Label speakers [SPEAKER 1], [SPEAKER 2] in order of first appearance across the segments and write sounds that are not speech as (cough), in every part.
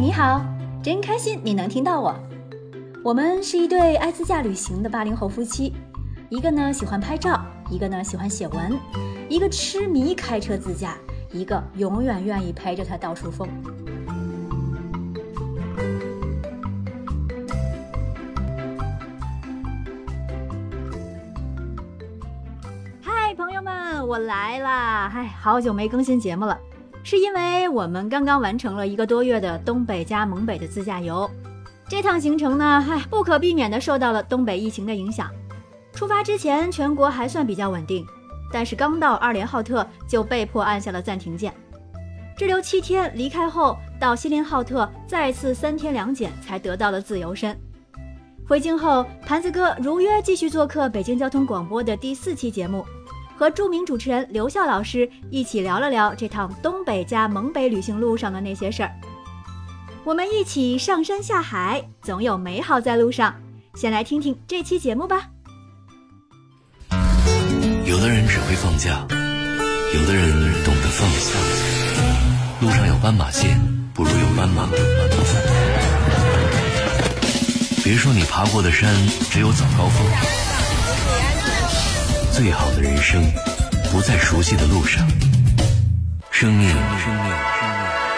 [SPEAKER 1] 你好，真开心你能听到我。我们是一对爱自驾旅行的八零后夫妻，一个呢喜欢拍照，一个呢喜欢写文，一个痴迷开车自驾，一个永远愿意陪着他到处疯。嗨，朋友们，我来啦！嗨，好久没更新节目了，是因为我们刚刚完成了一个多月的东北加蒙北的自驾游。这趟行程呢，嗨，不可避免地受到了东北疫情的影响。出发之前，全国还算比较稳定，但是刚到二连浩特就被迫按下了暂停键。滞留七天，离开后到锡林浩特再次三天两检，才得到了自由身。回京后，盘子哥如约继续做客北京交通广播的第四期节目，和著名主持人刘笑老师一起聊了聊这趟东北加蒙北旅行路上的那些事儿。我们一起上山下海，总有美好在路上。先来听听这期节目吧。
[SPEAKER 2] 有的人只会放假，有的人懂得放下。路上有斑马线，不如有斑马。别说你爬过的山只有早高峰，最好的人生不在熟悉的路上。生命，生命，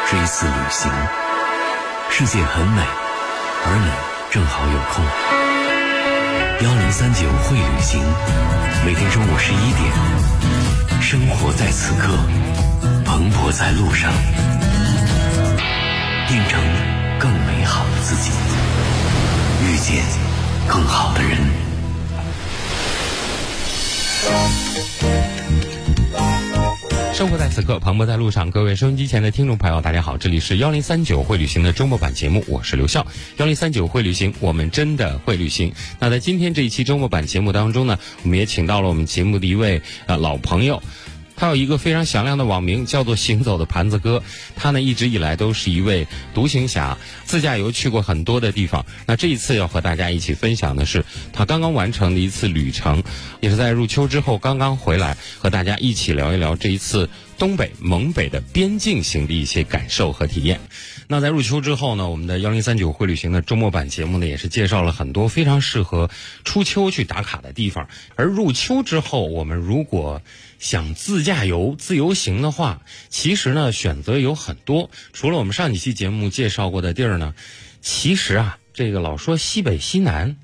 [SPEAKER 2] 是一次旅行。世界很美，而你正好有空。幺零三九会旅行，每天中午十一点，生活在此刻，蓬勃在路上，变成更美好的自己，遇见更好的人。
[SPEAKER 3] 生活在此刻，蓬勃在路上。各位收音机前的听众朋友，大家好，这里是幺零三九会旅行的周末版节目，我是刘笑。幺零三九会旅行，我们真的会旅行。那在今天这一期周末版节目当中呢，我们也请到了我们节目的一位呃老朋友。他有一个非常响亮的网名，叫做“行走的盘子哥”。他呢一直以来都是一位独行侠，自驾游去过很多的地方。那这一次要和大家一起分享的是他刚刚完成的一次旅程，也是在入秋之后刚刚回来，和大家一起聊一聊这一次东北蒙北的边境行的一些感受和体验。那在入秋之后呢，我们的幺零三九会旅行的周末版节目呢，也是介绍了很多非常适合初秋去打卡的地方。而入秋之后，我们如果想自驾游、自由行的话，其实呢选择有很多。除了我们上几期节目介绍过的地儿呢，其实啊，这个老说西北、西南、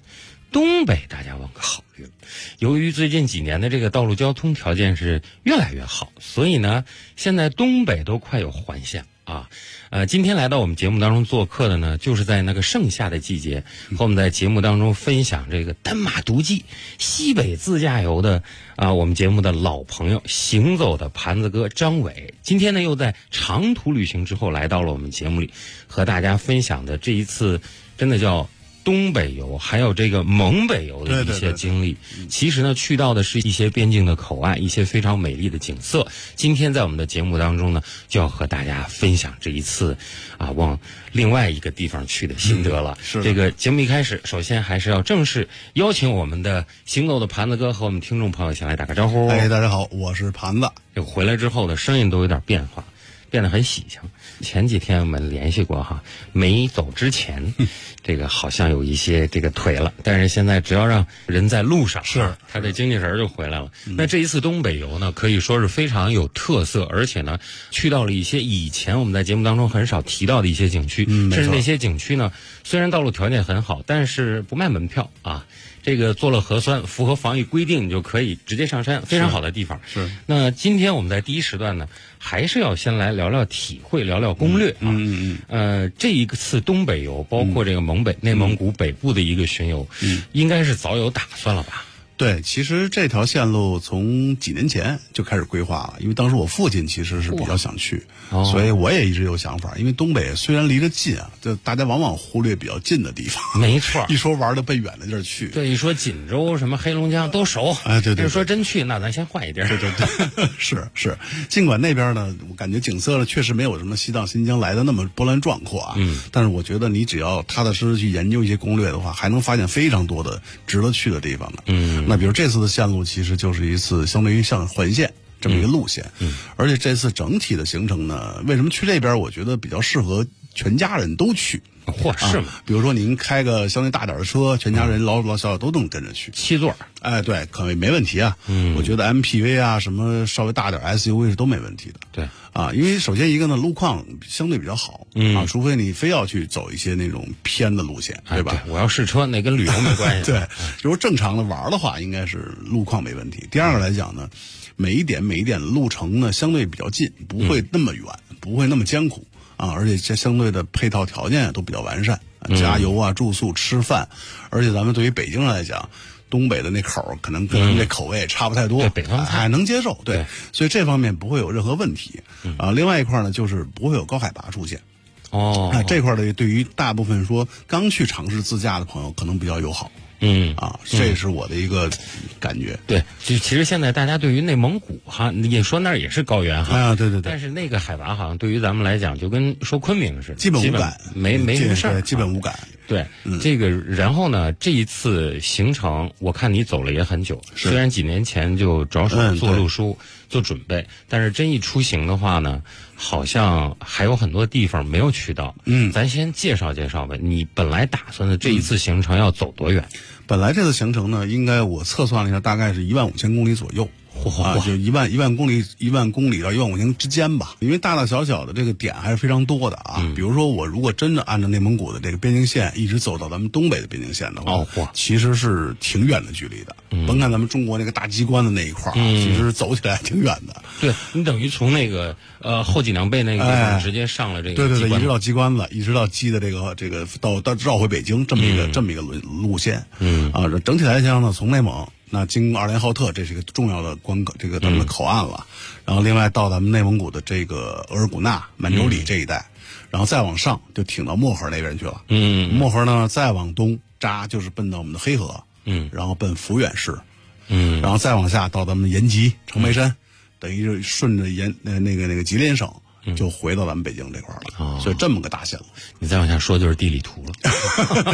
[SPEAKER 3] 东北，大家忘考虑了。由于最近几年的这个道路交通条件是越来越好，所以呢，现在东北都快有环线啊。呃，今天来到我们节目当中做客的呢，就是在那个盛夏的季节，和我们在节目当中分享这个单马独骑西北自驾游的啊、我们节目的老朋友，行走的盘子哥张伟。今天呢，又在长途旅行之后来到了我们节目里，和大家分享的这一次，真的叫。东北游，还有这个蒙北游的
[SPEAKER 4] 对
[SPEAKER 3] 一
[SPEAKER 4] 对
[SPEAKER 3] 些
[SPEAKER 4] 对
[SPEAKER 3] 经。经历。
[SPEAKER 4] 嗯
[SPEAKER 3] 其实呢，去到的是一些边境的口岸，一些非常美丽的景色。今天在我们的节目当中呢，就要和大家分享这一次啊往另外一个地方去的心得了。
[SPEAKER 4] 嗯是的
[SPEAKER 3] 这个节目一开始，首先还是要正式邀请我们的行走的盘子哥和我们听众朋友先来打个招呼。
[SPEAKER 4] 哎，大家好，我是盘子。
[SPEAKER 3] 这回来之后的声音都有点变化，变得很喜庆。前几天我们联系过哈，没走之前，这个好像有一些这个颓了，但是现在只要让人在路上，啊
[SPEAKER 4] 是嗯
[SPEAKER 3] 他的精气神儿就回来了。那这一次东北游呢，可以说是非常有特色，而且呢，去到了一些以前我们在节目当中很少提到的一些景区，
[SPEAKER 4] 嗯没
[SPEAKER 3] 甚至
[SPEAKER 4] 错
[SPEAKER 3] 那些景区呢，虽然道路条件很好，但是不卖门票啊。这个做了核酸，符合防疫规定，你就可以直接上山，非常好的地方。
[SPEAKER 4] 是
[SPEAKER 3] 那今天我们在第一时段呢，还是要先来聊聊体会，聊聊攻略啊。
[SPEAKER 4] 嗯嗯
[SPEAKER 3] 呃，这一次东北游，包括这个蒙北、内蒙古北部的一个巡游，嗯，应该是早有打算了吧？
[SPEAKER 4] 嗯，对，其实这条线路从几年前就开始规划了，因为当时我父亲其实是比较想去，
[SPEAKER 3] 哇哦
[SPEAKER 4] 所以我也一直有想法。因为东北虽然离着近啊，就大家往往忽略比较近的地方，
[SPEAKER 3] 没错儿
[SPEAKER 4] 一。说玩的奔远的地儿去。
[SPEAKER 3] 对，一说锦州什么黑龙江都熟，
[SPEAKER 4] 哎对对对
[SPEAKER 3] 要说真去，那咱先换一地儿。对对对， (laughs)
[SPEAKER 4] 是是，尽管那边呢，我感觉景色呢确实没有什么西藏、新疆来的那么波澜壮阔啊，嗯，但是我觉得你只要踏踏实实去研究一些攻略的话，还能发现非常多的值得去的地方的。嗯，那比如这次的线路其实就是一次相对于像环线。嗯这么一个路线，嗯，而且这次整体的行程呢，为什么去这边？我觉得比较适合全家人都去。
[SPEAKER 3] 嚯，是吗？
[SPEAKER 4] 啊，比如说您开个相对大点儿的车，全家人老老小小都能跟着去。
[SPEAKER 3] 七座儿，
[SPEAKER 4] 哎，对，可以没问题啊。嗯，我觉得 MPV 啊，什么稍微大点儿 SUV 是都没问题的。
[SPEAKER 3] 对，
[SPEAKER 4] 啊，因为首先一个呢，路况相对比较好，
[SPEAKER 3] 嗯
[SPEAKER 4] 啊，除非你非要去走一些那种偏的路线，
[SPEAKER 3] 哎
[SPEAKER 4] 吧？？
[SPEAKER 3] 我要试车，那跟旅游没关
[SPEAKER 4] (laughs)
[SPEAKER 3] 系。
[SPEAKER 4] 对，如果正常的玩儿的话，应该是路况没问题。第二个来讲呢，每一点每一点的路程呢相对比较近，不会
[SPEAKER 3] 嗯
[SPEAKER 4] 那么远，不会那么艰苦啊，而且这相对的配套条件都比较完善，啊
[SPEAKER 3] 嗯
[SPEAKER 4] 加油啊、住宿、吃饭，而且咱们对于北京人来讲。东北的那口儿可能跟咱们这口味也差不太多，
[SPEAKER 3] 嗯对北方菜
[SPEAKER 4] 哎能接受，对
[SPEAKER 3] 对，嗯
[SPEAKER 4] 所以这方面不会有任何问题啊。另外一块儿呢，就是不会有高海拔出现，
[SPEAKER 3] 哦
[SPEAKER 4] 哎，，这块儿的对于大部分说刚去尝试自驾的朋友可能比较友好。
[SPEAKER 3] 嗯。
[SPEAKER 4] 啊，这是我的一个感觉。
[SPEAKER 3] 对，就其实现在大家对于内蒙古哈，你说那儿也是高原哈，
[SPEAKER 4] 啊，对对对，
[SPEAKER 3] 但是那个海拔好像对于咱们来讲，就跟说昆明似的，
[SPEAKER 4] 基本无感，嗯
[SPEAKER 3] 没没什么
[SPEAKER 4] 对
[SPEAKER 3] 事儿，
[SPEAKER 4] 对基本无感。
[SPEAKER 3] 对，
[SPEAKER 4] 嗯
[SPEAKER 3] 这个然后呢，这一次行程，我看你走了也很久，虽然几年前就着手
[SPEAKER 4] 嗯
[SPEAKER 3] 做
[SPEAKER 4] 对
[SPEAKER 3] 路书、做准备，但是真一出行的话呢，好像还有很多地方没有去到。嗯，咱先介绍介绍呗。你本来打算的这一次行程要走多远？
[SPEAKER 4] 本来这次行程呢，应该我测算了一下，大概是一万五千公里左右。啊，就一万一万公里，一万公里到一万五千之间吧，因为大大小小的这个点还是非常多的啊。
[SPEAKER 3] 嗯
[SPEAKER 4] 比如说，我如果真的按照内蒙古的这个边境线一直走到咱们东北的边境线的话，
[SPEAKER 3] 哦嚯嗯
[SPEAKER 4] 其实是挺远的距离的。甭看咱们中国那个大机关的那一块儿啊，其实走起来挺远的。
[SPEAKER 3] 对你等于从那个呃后脊梁背那个地方
[SPEAKER 4] 哎
[SPEAKER 3] 直接上了这个
[SPEAKER 4] 对对
[SPEAKER 3] 机
[SPEAKER 4] 对，
[SPEAKER 3] 关
[SPEAKER 4] 一直到机关子，一直到鸡的这个这个到到绕回北京这么
[SPEAKER 3] 嗯
[SPEAKER 4] 一个、这么一个路路线。嗯啊，整体来讲呢，从内蒙那经过二连浩特，这是一个重要的关口，这个咱们
[SPEAKER 3] 嗯
[SPEAKER 4] 的口岸了。然后另外到咱们内蒙古的这个额尔古纳、满洲
[SPEAKER 3] 嗯
[SPEAKER 4] 里这一带，然后再往上就挺到漠河那边去了。
[SPEAKER 3] 嗯，
[SPEAKER 4] 漠河呢再往东扎就是奔到我们的黑河。
[SPEAKER 3] 嗯，
[SPEAKER 4] 然后奔抚远市。
[SPEAKER 3] 嗯，
[SPEAKER 4] 然后再往下到咱们延吉、长白山，等于是顺着延呃那个那个吉林省。就回到咱们北京这块儿了，所以这么个大线 (laughs) 路，
[SPEAKER 3] 你再往下说就是地理图了。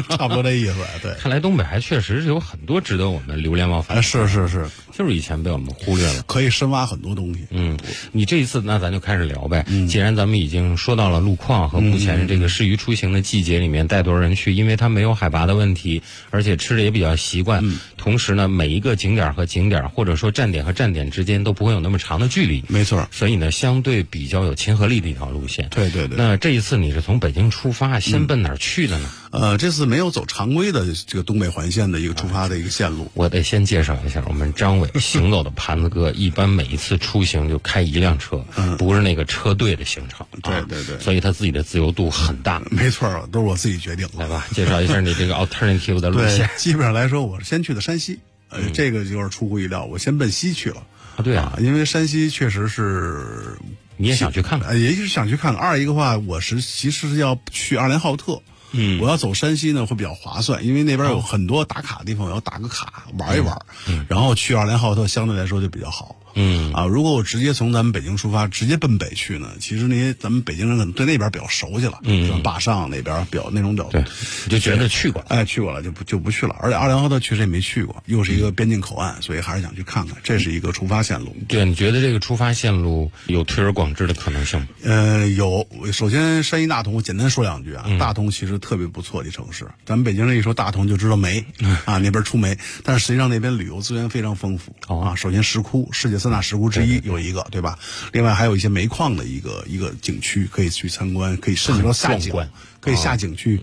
[SPEAKER 4] 差不多这意思。对，
[SPEAKER 3] 看来东北还确实是有很多值得我们流连忘返
[SPEAKER 4] (laughs) 哎，
[SPEAKER 3] 的，
[SPEAKER 4] 是是是，
[SPEAKER 3] 就是以前被我们忽略了。
[SPEAKER 4] 可以深挖很多东西。
[SPEAKER 3] 嗯，你这一次那咱就开始聊呗。既然咱们已经说到了路况和目前这个适于出行的季节里面带多少人去，因为它没有海拔的问题，而且吃的也比较习惯。同时呢，每一个景点和景点或者说站点和站点之间都不会有那么长的距离，
[SPEAKER 4] 没错儿，
[SPEAKER 3] 所以呢，相对比较有亲和力的一条路线。
[SPEAKER 4] 对对对。
[SPEAKER 3] 那这一次你是从北京出发，先奔哪儿去的呢？
[SPEAKER 4] 呃，这次没有走常规的这个东北环线的一个出发的一个线路，
[SPEAKER 3] 我得先介绍一下，我们张伟行走的盘子哥，一般每一次出行就开一辆车，不是那个车队的行程。
[SPEAKER 4] 嗯对
[SPEAKER 3] 啊
[SPEAKER 4] 对对
[SPEAKER 3] 所以他自己的自由度很大。
[SPEAKER 4] 没错儿，都是我自己决定的
[SPEAKER 3] 来。
[SPEAKER 4] (laughs)
[SPEAKER 3] 吧，介绍一下你这个 alternative 的路
[SPEAKER 4] 对
[SPEAKER 3] 线。，
[SPEAKER 4] 基本上来说，我是先去的山西，呃，这个就是出乎意料，我先奔西去了。
[SPEAKER 3] 啊，对啊，
[SPEAKER 4] 因为山西确实是
[SPEAKER 3] 你也想去看看？
[SPEAKER 4] 呃，也是想去看看。二一个话，我是其实是要去二连浩特，嗯，哦我要走山西呢会比较划算，因为那边有很多打卡的地方，我要打个卡玩一玩，然后去二连浩特相对来说就比较好。
[SPEAKER 3] 嗯
[SPEAKER 4] 啊，如果我直接从咱们北京出发，直接奔北去呢，其实那些咱们北京人可能对那边比较熟悉了，嗯，像坝上那边比较那种比较
[SPEAKER 3] 对，你就觉得去过。
[SPEAKER 4] 哎，去过了就不就不去了，而且二连浩特确实也没去过，又是一个边境口岸，所以还是想去看看，这是一个出发线路。
[SPEAKER 3] 对，你觉得这个出发线路有推而广之的可能性吗？
[SPEAKER 4] 呃，有。首先，山西大同，我简单说两句啊。大同其实特别不错的城市，咱们北京人一说大同就知道煤、啊，那边出煤，但是实际上那边旅游资源非常丰富、
[SPEAKER 3] 哦
[SPEAKER 4] 啊。首先，石窟，世界三大石窟之一有一个，对吧？另外还有一些煤矿的一个一个景区可以去参观，可以甚至到下
[SPEAKER 3] 壮
[SPEAKER 4] 井
[SPEAKER 3] 观，
[SPEAKER 4] 可以下井去。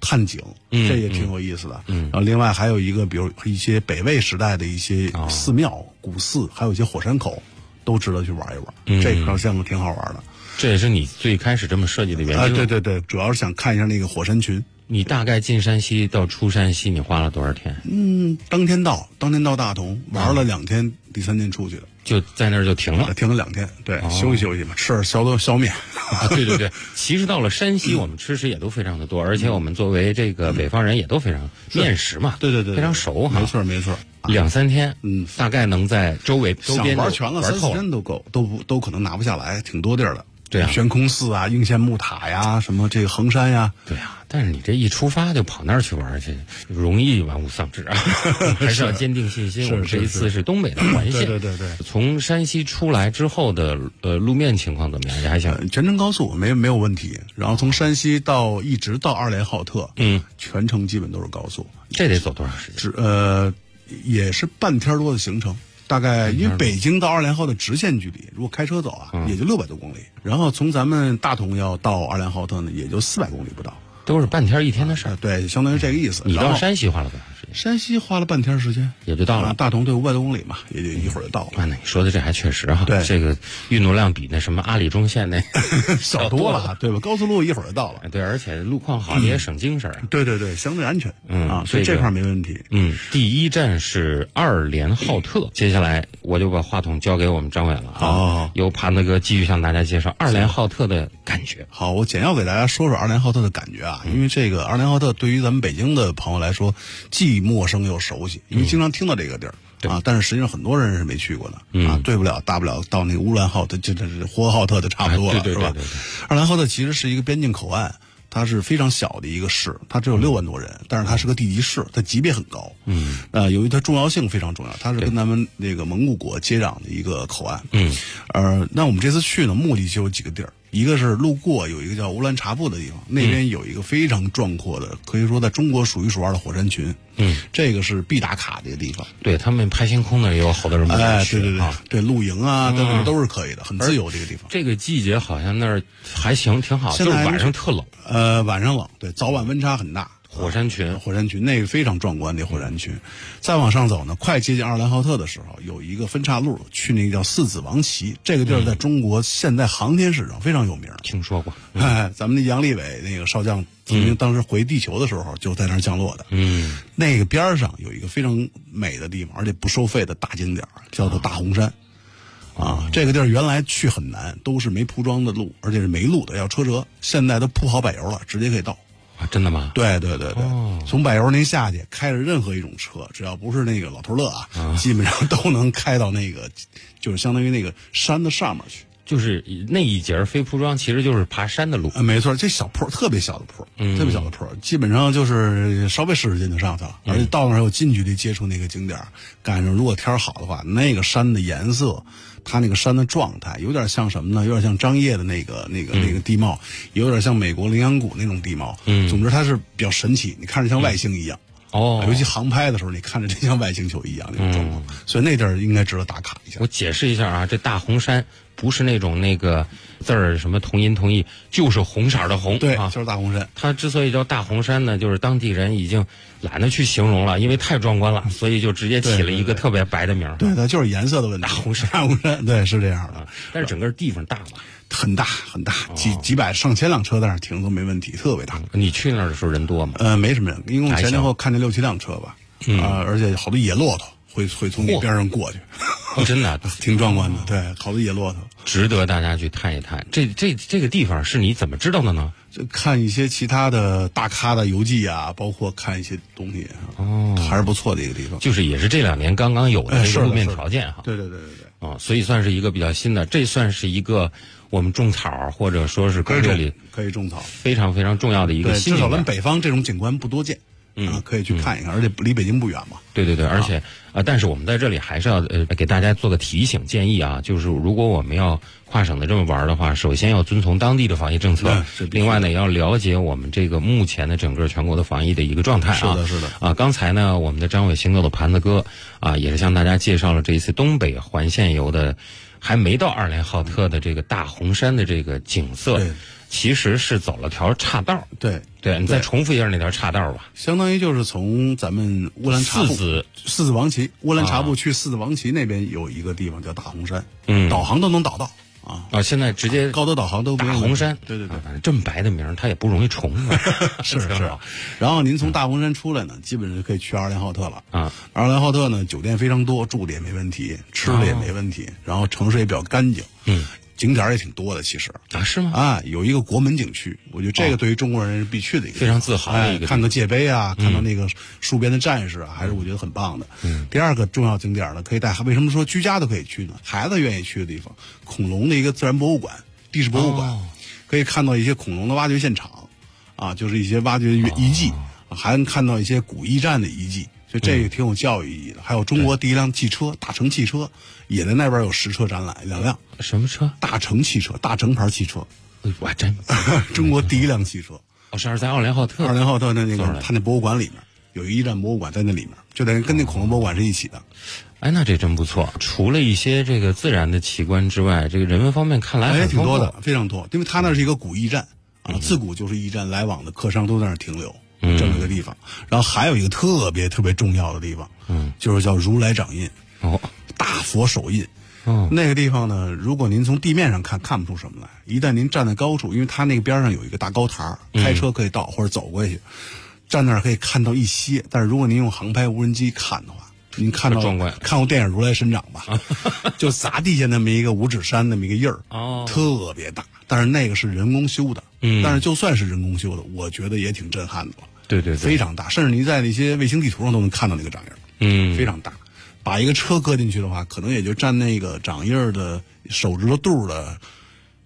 [SPEAKER 4] 探井，这也挺有意思的。哦嗯，然后另外还有一个，比如一些北魏时代的一些寺庙、古寺，还有一些火山口，都值得去玩一玩。这条线路挺好玩的。
[SPEAKER 3] 这也是你最开始这么设计的原因。
[SPEAKER 4] 啊，对，对对，主要是想看一下那个火山群。
[SPEAKER 3] 你大概进山西到出山西，你花了多少天？
[SPEAKER 4] 嗯，当天到，当天到大同，玩了两天，第三天出去的，
[SPEAKER 3] 就在那儿就停了
[SPEAKER 4] 啊。停了两天，对，休息休息嘛，吃点消消消面。
[SPEAKER 3] 啊，对对对，其实到了山西，我们吃食也都非常的多，而且我们作为这个北方人也都非常面食嘛，
[SPEAKER 4] (laughs) 对对对，对
[SPEAKER 3] 非常熟哈
[SPEAKER 4] 没。错没错。
[SPEAKER 3] 两三天，
[SPEAKER 4] 嗯
[SPEAKER 3] 大概能在周围周
[SPEAKER 4] 想
[SPEAKER 3] 边
[SPEAKER 4] 玩
[SPEAKER 3] 就
[SPEAKER 4] 全了，
[SPEAKER 3] 玩
[SPEAKER 4] 三四
[SPEAKER 3] 透了。
[SPEAKER 4] 天都够，都不都可能拿不下来，挺多地儿的。
[SPEAKER 3] 对啊
[SPEAKER 4] 悬空寺啊、应县木塔呀、什么这个衡山呀，
[SPEAKER 3] 对啊，但是你这一出发就跑那儿去玩儿去，容易玩物丧
[SPEAKER 4] (laughs)
[SPEAKER 3] 志啊！ (laughs) 还是要坚定信心。
[SPEAKER 4] 是
[SPEAKER 3] 我们这一
[SPEAKER 4] 是
[SPEAKER 3] 次是东北的环线，
[SPEAKER 4] 对对对对
[SPEAKER 3] 从山西出来之后的呃路面情况怎么样？你还想？
[SPEAKER 4] 呃，全程高速没没有问题。然后从山西到一直到二连浩特，
[SPEAKER 3] 嗯，
[SPEAKER 4] 全程基本都是高速，
[SPEAKER 3] 这得走多长时间？
[SPEAKER 4] 只呃也是半天多的行程。大概因为北京到二连浩的直线距离，如果开车走啊，
[SPEAKER 3] 嗯
[SPEAKER 4] 也就六百多公里。然后从咱们大同要到二连浩特呢，也就四百公里不到。
[SPEAKER 3] 都是半天一天的事儿
[SPEAKER 4] 啊。，对，相当于这个意思。
[SPEAKER 3] 嗯你
[SPEAKER 4] 然
[SPEAKER 3] 到
[SPEAKER 4] 后
[SPEAKER 3] 山西花了多长时间？
[SPEAKER 4] 山西花了半天时间，
[SPEAKER 3] 也就到了
[SPEAKER 4] 啊大同对五百多公里嘛，也就一会儿就到了。
[SPEAKER 3] 啊，那你说的这还确实哈、
[SPEAKER 4] 对
[SPEAKER 3] 这个运动量比那什么阿里
[SPEAKER 4] (laughs)
[SPEAKER 3] 中线那嗯
[SPEAKER 4] 少多了啊，对吧？高速路一会儿就到了。
[SPEAKER 3] 对，而且路况好，你也省精神啊。
[SPEAKER 4] 对对对，相对安全，
[SPEAKER 3] 嗯
[SPEAKER 4] 啊，所以
[SPEAKER 3] 这
[SPEAKER 4] 这
[SPEAKER 3] 个
[SPEAKER 4] 块儿没问题。
[SPEAKER 3] 嗯，第一站是二连浩特，接下来我就把话筒交给我们张伟了啊。
[SPEAKER 4] 哦
[SPEAKER 3] 由盘子哥继续向大家介绍二连浩特的感觉。
[SPEAKER 4] 好，我简要给大家说说二连浩特的感觉啊，
[SPEAKER 3] 嗯
[SPEAKER 4] 因为这个二连浩特对于咱们北京的朋友来说，既陌生又熟悉，
[SPEAKER 3] 嗯
[SPEAKER 4] 因为经常听到这个地儿。啊，但是实际上很多人是没去过的、
[SPEAKER 3] 嗯
[SPEAKER 4] 啊，对不了，大不了到那个乌兰浩特，就这这呼和浩特就差不多了，
[SPEAKER 3] 哎对对
[SPEAKER 4] 是吧
[SPEAKER 3] 对对对？
[SPEAKER 4] 二兰浩特其实是一个边境口岸，它是非常小的一个市，它只有六万多人，但是它是个地级市，它级别很高。嗯，呃，由于它重要性非常重要，它是跟咱们那个蒙古国接壤的一个口岸。嗯，呃，那我们这次去呢，目的就有几个地儿。一个是路过有一个叫乌兰察布的地方，那边有一个非常壮阔的，可以说在中国数一数二的火山群。嗯，这个是必打卡的一个地方。
[SPEAKER 3] 对他们拍星空那儿也有好多人不敢
[SPEAKER 4] 哎，
[SPEAKER 3] 去
[SPEAKER 4] 对对对
[SPEAKER 3] 啊。，
[SPEAKER 4] 对露营啊，等等都是可以的，很自由这个地方。
[SPEAKER 3] 这个季节好像那儿还行，挺好，就
[SPEAKER 4] 现
[SPEAKER 3] 是
[SPEAKER 4] 在
[SPEAKER 3] 晚上特冷。
[SPEAKER 4] 呃，晚上冷，对，早晚温差很大。
[SPEAKER 3] 火山群
[SPEAKER 4] 火山群那个非常壮观，那火山群。再往上走呢，快接近阿尔兰浩特的时候，有一个分岔路去那个叫四子王旗，这个地儿在中国现在航天史上非常有名。
[SPEAKER 3] 听说过，
[SPEAKER 4] 哎，咱们的杨利伟那个少将曾经当时回地球的时候就在那儿降落的。
[SPEAKER 3] 嗯，
[SPEAKER 4] 那个边儿上有一个非常美的地方，而且不收费的大景点儿，叫做大红山。啊，这个地儿原来去很难，都是没铺装的路，而且是没路的，要车辙。现在都铺好柏油了，直接可以到。
[SPEAKER 3] 啊，真的吗？
[SPEAKER 4] 对对对对，
[SPEAKER 3] 哦
[SPEAKER 4] 从柏油您下去，开着任何一种车，只要不是那个老头乐啊，基本上都能开到那个，就是相当于那个山的上面去。
[SPEAKER 3] 就是那一节儿非铺装，其实就是爬山的路。
[SPEAKER 4] 啊，没错，这小坡特别小的坡，特别小的坡，基本上就是稍微使使劲就上去了，而且到那儿有近距离接触那个景点儿，赶上如果天儿好的话，那个山的颜色，它那个山的状态，有点像什么呢？有点像张掖的那个那个那个地貌，也有点像美国羚羊谷那种地貌。嗯，总之它是比较神奇，你看着像外星一样。
[SPEAKER 3] 哦，嗯
[SPEAKER 4] 尤其航拍的时候，你看着真像外星球一样那种状况，所以那地儿应该值得打卡一下
[SPEAKER 3] 我。解释一下啊，这大红山不是那种那个字儿什么同音同义，就是红色儿的红。
[SPEAKER 4] 对，
[SPEAKER 3] 啊，
[SPEAKER 4] 就是大红山。
[SPEAKER 3] 它之所以叫大红山呢，就是当地人已经懒得去形容了，因为太壮观
[SPEAKER 4] 嗯
[SPEAKER 3] 了，所以就直接起了一个特别白的名儿。
[SPEAKER 4] 对，它就是颜色的问题。大红山，大红山，对，是这样的，
[SPEAKER 3] 但是整个地方大吧？
[SPEAKER 4] 很大很大，
[SPEAKER 3] 哦
[SPEAKER 4] 几几百上千辆车在那儿停都没问题，特别大。
[SPEAKER 3] 你去那儿的时候人多吗？
[SPEAKER 4] 呃，没什么人，一共
[SPEAKER 3] 还
[SPEAKER 4] 前前
[SPEAKER 3] 行嗯
[SPEAKER 4] 后后看见六七辆车吧，啊，而且好多野骆驼会会从你
[SPEAKER 3] 嚯
[SPEAKER 4] 边上过去，
[SPEAKER 3] 哦真的啊
[SPEAKER 4] 挺壮观的。对，好多野骆驼。
[SPEAKER 3] 值得大家去探一探。这这这个地方是你怎么知道的呢？
[SPEAKER 4] 就看一些其他的大咖的游记啊，包括看一些东西啊，还是不错的一个地方。
[SPEAKER 3] 哦就是也是这两年刚刚有的
[SPEAKER 4] 哎
[SPEAKER 3] 这
[SPEAKER 4] 是
[SPEAKER 3] 个
[SPEAKER 4] 的
[SPEAKER 3] 路面
[SPEAKER 4] 是的
[SPEAKER 3] 条件哈。
[SPEAKER 4] 对对对对对。
[SPEAKER 3] 啊、所以算是一个比较新的，这算是一个我们种草儿或者说是
[SPEAKER 4] 可
[SPEAKER 3] 攻
[SPEAKER 4] 以
[SPEAKER 3] 略
[SPEAKER 4] 种
[SPEAKER 3] 里，
[SPEAKER 4] 可以种草。
[SPEAKER 3] 非常非常重要的一
[SPEAKER 4] 对
[SPEAKER 3] 个，新
[SPEAKER 4] 至少
[SPEAKER 3] 景
[SPEAKER 4] 咱
[SPEAKER 3] 点。
[SPEAKER 4] 北方这种景观不多见，啊，可以去看一看，而且离北京不远嘛。
[SPEAKER 3] 对对对，而且啊、呃但是我们在这里还是要呃给大家做个提醒建议啊，就是如果我们要跨省的这么玩儿的话，首先要遵从当地的防疫政策
[SPEAKER 4] 嗯是，
[SPEAKER 3] 另外呢也要了解我们这个目前的整个全国的防疫的一个状态啊。
[SPEAKER 4] 是的是的
[SPEAKER 3] 啊，刚才呢我们的张伟行走的盘子哥啊，也是向大家介绍了这一次东北环线游的。还没到二连浩特的这个大红山的这个景色
[SPEAKER 4] 对，
[SPEAKER 3] 其实是走了条岔道儿。
[SPEAKER 4] 对，
[SPEAKER 3] 对你再重复一下那条岔道儿吧。
[SPEAKER 4] 相当于就是从咱们乌兰察布
[SPEAKER 3] 四子
[SPEAKER 4] 四子王旗乌兰察
[SPEAKER 3] 啊
[SPEAKER 4] 布去四子王旗那边有一个地方叫大红山，
[SPEAKER 3] 嗯
[SPEAKER 4] 导航都能导到啊，
[SPEAKER 3] 啊，现在直接
[SPEAKER 4] 高德导航都不
[SPEAKER 3] 大
[SPEAKER 4] 用
[SPEAKER 3] 红山，
[SPEAKER 4] 对对对
[SPEAKER 3] 啊。，这么白的名儿，它也不容易重啊，
[SPEAKER 4] (laughs)
[SPEAKER 3] (laughs)
[SPEAKER 4] 是
[SPEAKER 3] 挺
[SPEAKER 4] 是
[SPEAKER 3] 好，
[SPEAKER 4] 然后您从大红山出来呢，基本上就可以去阿尔兰浩特了。
[SPEAKER 3] 啊，
[SPEAKER 4] 阿尔兰浩特呢，酒店非常多，住的也没问题，吃的也没问题，然后城市也比较干净，哦嗯，景点儿也挺多的，其实。
[SPEAKER 3] 啊，是吗？
[SPEAKER 4] 啊，有一个国门景区，我觉得这个对于中国人是必去的一个地方，
[SPEAKER 3] 哦非常自豪的一个地
[SPEAKER 4] 哎
[SPEAKER 3] 方嗯
[SPEAKER 4] 看到界碑啊，看到那个戍边的战士啊，还是我觉得很棒的。
[SPEAKER 3] 嗯
[SPEAKER 4] 第二个重要景点呢，可以带为什么说居家都可以去呢？孩子愿意去的地方，恐龙的一个自然博物馆。地质博物馆，
[SPEAKER 3] 哦
[SPEAKER 4] 可以看到一些恐龙的挖掘现场，啊，就是一些挖掘
[SPEAKER 3] 哦
[SPEAKER 4] 遗迹，啊还能看到一些古驿站的遗迹。所以这个挺有教育
[SPEAKER 3] 嗯
[SPEAKER 4] 意义的，还有中国第一辆汽车大成汽车，也在那边有实车展览，两辆
[SPEAKER 3] 什么车？
[SPEAKER 4] 大成汽车，大成牌汽车，
[SPEAKER 3] 哎我还真，
[SPEAKER 4] (laughs) 中国第一辆汽车。
[SPEAKER 3] 我是二三二零号特。
[SPEAKER 4] 二零号到那那
[SPEAKER 3] 坐上来
[SPEAKER 4] 个他那博物馆里面有一驿站博物馆在那里面，就等于跟那恐龙博物馆是一起的。
[SPEAKER 3] 哎，那这真不错。除了一些这个自然的奇观之外，这个人文方面看来
[SPEAKER 4] 哎，
[SPEAKER 3] 很嗯
[SPEAKER 4] 挺多
[SPEAKER 3] 丰富
[SPEAKER 4] 的，。非常多，因为它那是一个古驿站啊，自古就是驿站，来往的客商都在那儿停留，
[SPEAKER 3] 嗯
[SPEAKER 4] 这么一个地方。然后还有一个特别特别重要的地方，嗯，就是叫如来掌印，
[SPEAKER 3] 哦，
[SPEAKER 4] 大佛手印。
[SPEAKER 3] 哦
[SPEAKER 4] 那个地方呢，如果您从地面上看看不出什么来，一旦您站在高处，因为它那个边上有一个大高台儿，
[SPEAKER 3] 嗯
[SPEAKER 4] 开车可以到或者走过去，站那儿可以看到一些。但是如果您用航拍无人机看的话，您看到
[SPEAKER 3] 很壮观
[SPEAKER 4] 看过电影《如来神掌》吧？就砸地下那么一个五指山那么一个印儿，
[SPEAKER 3] 啊哦
[SPEAKER 4] 特别大。但是那个是人工修的，
[SPEAKER 3] 嗯
[SPEAKER 4] 但是就算是人工修的，我觉得也挺震撼的了，
[SPEAKER 3] 对对对，
[SPEAKER 4] 非常大，甚至您在那些卫星地图上都能看到那个掌印儿。
[SPEAKER 3] 嗯
[SPEAKER 4] 非常大。把一个车搁进去的话，可能也就占那个掌印儿的手指头肚儿的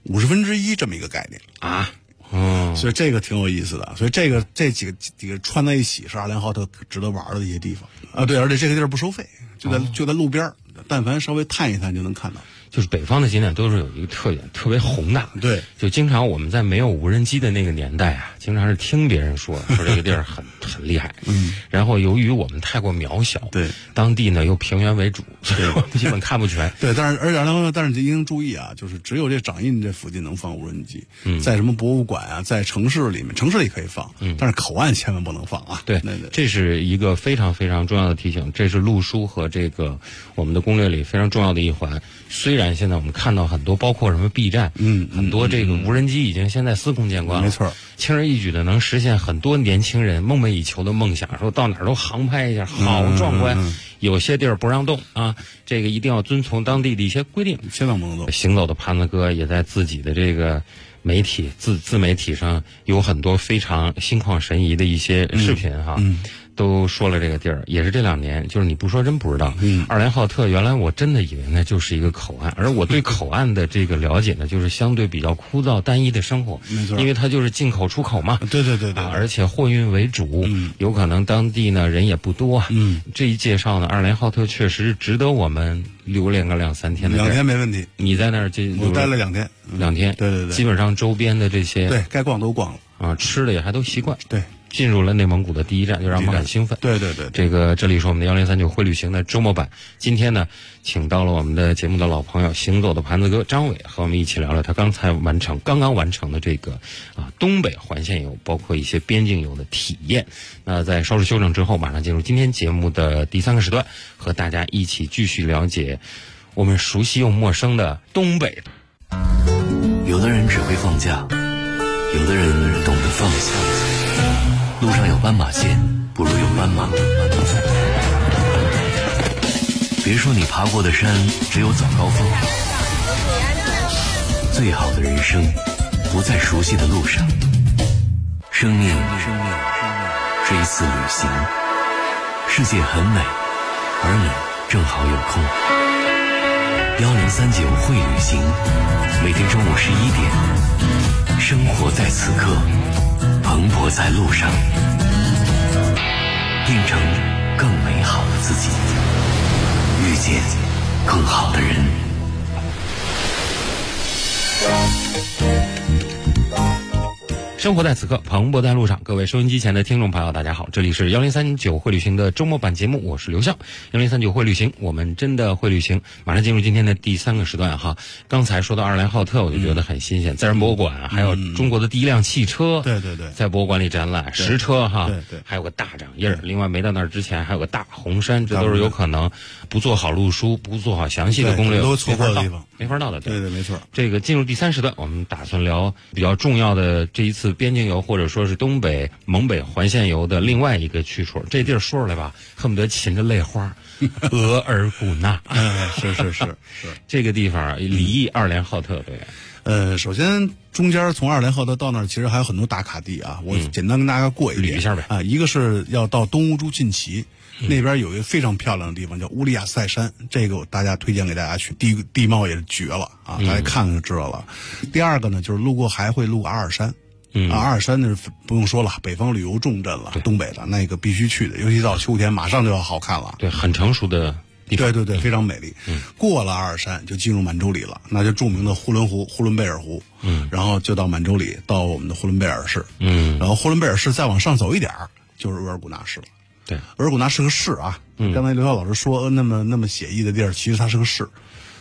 [SPEAKER 4] 五十分之一这么一个概念，
[SPEAKER 3] 啊，嗯，
[SPEAKER 4] 所以这个挺有意思的。所以这个这几个几个串在一起是二连浩特值得玩儿的一些地方啊。对，而且这个地儿不收费，就在、
[SPEAKER 3] 哦
[SPEAKER 4] 就在路边儿，但凡稍微探一探就能看到。
[SPEAKER 3] 就是北方的景点都是有一个特点，特别宏大。
[SPEAKER 4] 对，
[SPEAKER 3] 就经常我们在没有无人机的那个年代啊，经常是听别
[SPEAKER 4] (laughs)
[SPEAKER 3] 人说说这个地儿很很厉害。嗯，然后由于我们太过渺小，
[SPEAKER 4] 对，
[SPEAKER 3] 当地呢又平原为主，所以我们基本看不全。
[SPEAKER 4] 对，但是而且呢，但是您应注意啊，就是只有这掌印这附近能放无人机，
[SPEAKER 3] 嗯
[SPEAKER 4] 在什么博物馆啊，在城市里面，城市里可以放，但是口岸千万不能放啊。
[SPEAKER 3] 对
[SPEAKER 4] 那那，
[SPEAKER 3] 这是一个非常非常重要的提醒，这是路书和这个我们的攻略里非常重要的一环。虽然现在我们看到很多，包括什么 B 站，
[SPEAKER 4] 嗯
[SPEAKER 3] 很多这个无人机已经现在司空见惯了，
[SPEAKER 4] 没错，
[SPEAKER 3] 轻而易举的能实现很多年轻人梦寐以求的梦想，说到哪儿都航拍一下，好
[SPEAKER 4] 嗯
[SPEAKER 3] 壮观。有些地儿不让动啊，这个一定要遵从当地的一些规定。
[SPEAKER 4] 千万不能动。
[SPEAKER 3] 行走的盘子哥也在自己的这个媒体自自媒体上有很多非常心旷神怡的一些
[SPEAKER 4] 嗯
[SPEAKER 3] 视频哈。都说了这个地儿，也是这两年，就是你不说真不知道。嗯，二连浩特原来我真的以为那就是一个口岸，而我对口岸的这个了解呢，就是相对比较枯燥单一的生活，
[SPEAKER 4] 没错
[SPEAKER 3] 因为它就是进口出口嘛。
[SPEAKER 4] 对对嗯对对
[SPEAKER 3] 啊，而且货运为主，有可能当地呢人也不多。嗯，这一介绍呢，二连浩特确实值得我们留恋个两三天的地儿。
[SPEAKER 4] 两天没问题，
[SPEAKER 3] 你在那儿这
[SPEAKER 4] 我待了两天，嗯
[SPEAKER 3] 两天，
[SPEAKER 4] 对对对
[SPEAKER 3] 基本上周边的这些
[SPEAKER 4] 对该逛都逛了，
[SPEAKER 3] 啊吃的也还都习惯，
[SPEAKER 4] 对，
[SPEAKER 3] 进入了内蒙古的第一站，就让我们很兴奋。
[SPEAKER 4] 对对对对，
[SPEAKER 3] 这个这里是我们的幺零三九会旅行的周末版，今天呢，请到了我们的节目的老朋友行走的盘子哥张伟，和我们一起聊聊他刚才完成、刚刚完成的这个啊东北环线游，包括一些边境游的体验。那在稍事休整之后，马上进入今天节目的第三个时段，和大家一起继续了解我们熟悉又陌生的东北。
[SPEAKER 2] 有的人只会放假，有的人懂得放下。路上有斑马线，不如有斑马。别说你爬过的山只有早高峰，最好的人生不在熟悉的路上。生命，生命，是一次旅行。世界很美，而你正好有空。幺零三九会旅行，每天中午十一点，生活在此刻，蓬勃在路上，变成更美好的自己，遇见更好的人。
[SPEAKER 3] 生活在此刻，蓬勃在路上。各位收音机前的听众朋友，大家好，这里是幺零三九会旅行的周末版节目，我是刘向。幺零三九会旅行，我们真的会旅行。马上进入今天的第三个时段哈。刚才说到二连浩特，我就觉得很新鲜，自然博物馆，还有中国的第一辆汽车，
[SPEAKER 4] 嗯对对对
[SPEAKER 3] 在博物馆里展览实车哈，
[SPEAKER 4] 对对嗯
[SPEAKER 3] 还有个大掌印儿。另外，没到那儿之前还有个大红山，这都是有可能不做好路书，不做好详细的
[SPEAKER 4] 对
[SPEAKER 3] 攻略，
[SPEAKER 4] 都错过的
[SPEAKER 3] 没法到
[SPEAKER 4] 地方，
[SPEAKER 3] 没法到的地儿
[SPEAKER 4] 对对没错。
[SPEAKER 3] 这个进入第三时段，我们打算聊比较重要的这一次边境游，或者说是东北蒙北环线游的另外一个去处。这地儿说出来吧，恨不得噙着泪 (laughs) 花，额尔古纳
[SPEAKER 4] 嗯，是是是是，
[SPEAKER 3] (laughs) 这个地方离二连浩特不远。
[SPEAKER 4] 呃，首先中间从二连浩到到那儿，其实还有很多打卡地啊，我简单跟大家过一遍、
[SPEAKER 3] 嗯捋一下呗
[SPEAKER 4] 啊，一个是要到东乌珠晋旗。那边有一个非常漂亮的地方叫乌里亚塞山，这个我大家推荐给大家去，地地貌也是绝了啊，
[SPEAKER 3] 嗯
[SPEAKER 4] 大家看看就知道了。第二个呢，就是路过还会路过阿尔山，
[SPEAKER 3] 嗯
[SPEAKER 4] 啊，阿尔山那是不用说了，北方旅游重镇了，东北的那个必须去的，尤其到秋天马上就要好看了。
[SPEAKER 3] 对，很成熟的地
[SPEAKER 4] 对
[SPEAKER 3] 方。
[SPEAKER 4] 对嗯对，非常美丽。过了阿尔山就进入满洲里了，那就著名的呼伦湖、呼伦贝尔湖。嗯，然后就到满洲里，到我们的呼伦贝尔市。
[SPEAKER 3] 嗯，
[SPEAKER 4] 然后呼伦贝尔市再往上走一点儿，就是额尔古纳市了。
[SPEAKER 3] 对，
[SPEAKER 4] 额尔古纳是个市啊，刚才刘晓老师说呃那么那么写意的地儿，其实它是个市。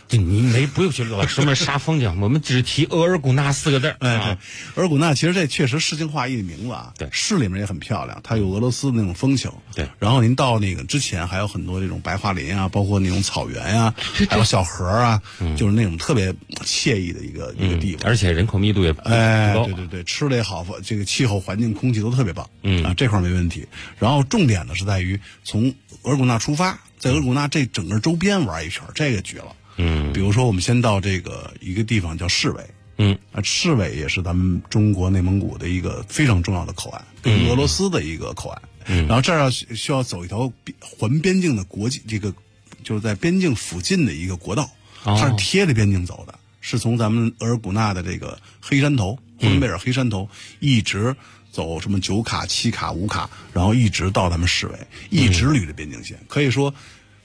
[SPEAKER 3] 这你没不用去老什么杀风景，我们只提额尔古纳四个字儿
[SPEAKER 4] 哎，对
[SPEAKER 3] 啊。，
[SPEAKER 4] 额尔古纳其实这确实诗情画意的名字啊。
[SPEAKER 3] 对
[SPEAKER 4] 市里面也很漂亮，它有俄罗斯的那种风情。
[SPEAKER 3] 对
[SPEAKER 4] 然后您到那个之前还有很多这种白桦林啊，包括那种草原呀、还有小河啊，
[SPEAKER 3] 嗯
[SPEAKER 4] 就是那种特别惬意的一个、一个地方。
[SPEAKER 3] 而且人口密度也不
[SPEAKER 4] 哎，
[SPEAKER 3] 嗯高
[SPEAKER 4] 对，对对，吃的也好，这个气候、环境、空气都特别棒，
[SPEAKER 3] 嗯
[SPEAKER 4] 啊，这块儿没问题。然后重点呢是在于从额尔古纳出发，在额尔古纳这整个周边玩一圈儿，这个绝了。
[SPEAKER 3] 嗯
[SPEAKER 4] 比如说，我们先到这个一个地方叫市委，
[SPEAKER 3] 嗯
[SPEAKER 4] 啊，赤尾也是咱们中国内蒙古的一个非常重要的口岸，跟俄罗斯的一个口岸。然后这儿要需需要走一条边环边境的国际，这个就是在边境附近的一个国道，
[SPEAKER 3] 哦
[SPEAKER 4] 它是贴着边境走的，是从咱们额尔古纳的这个黑山头，呼伦贝尔黑山头、一直。走什么九卡、七卡、五卡，然后一直到咱们市委，一直捋着边境线，可以说，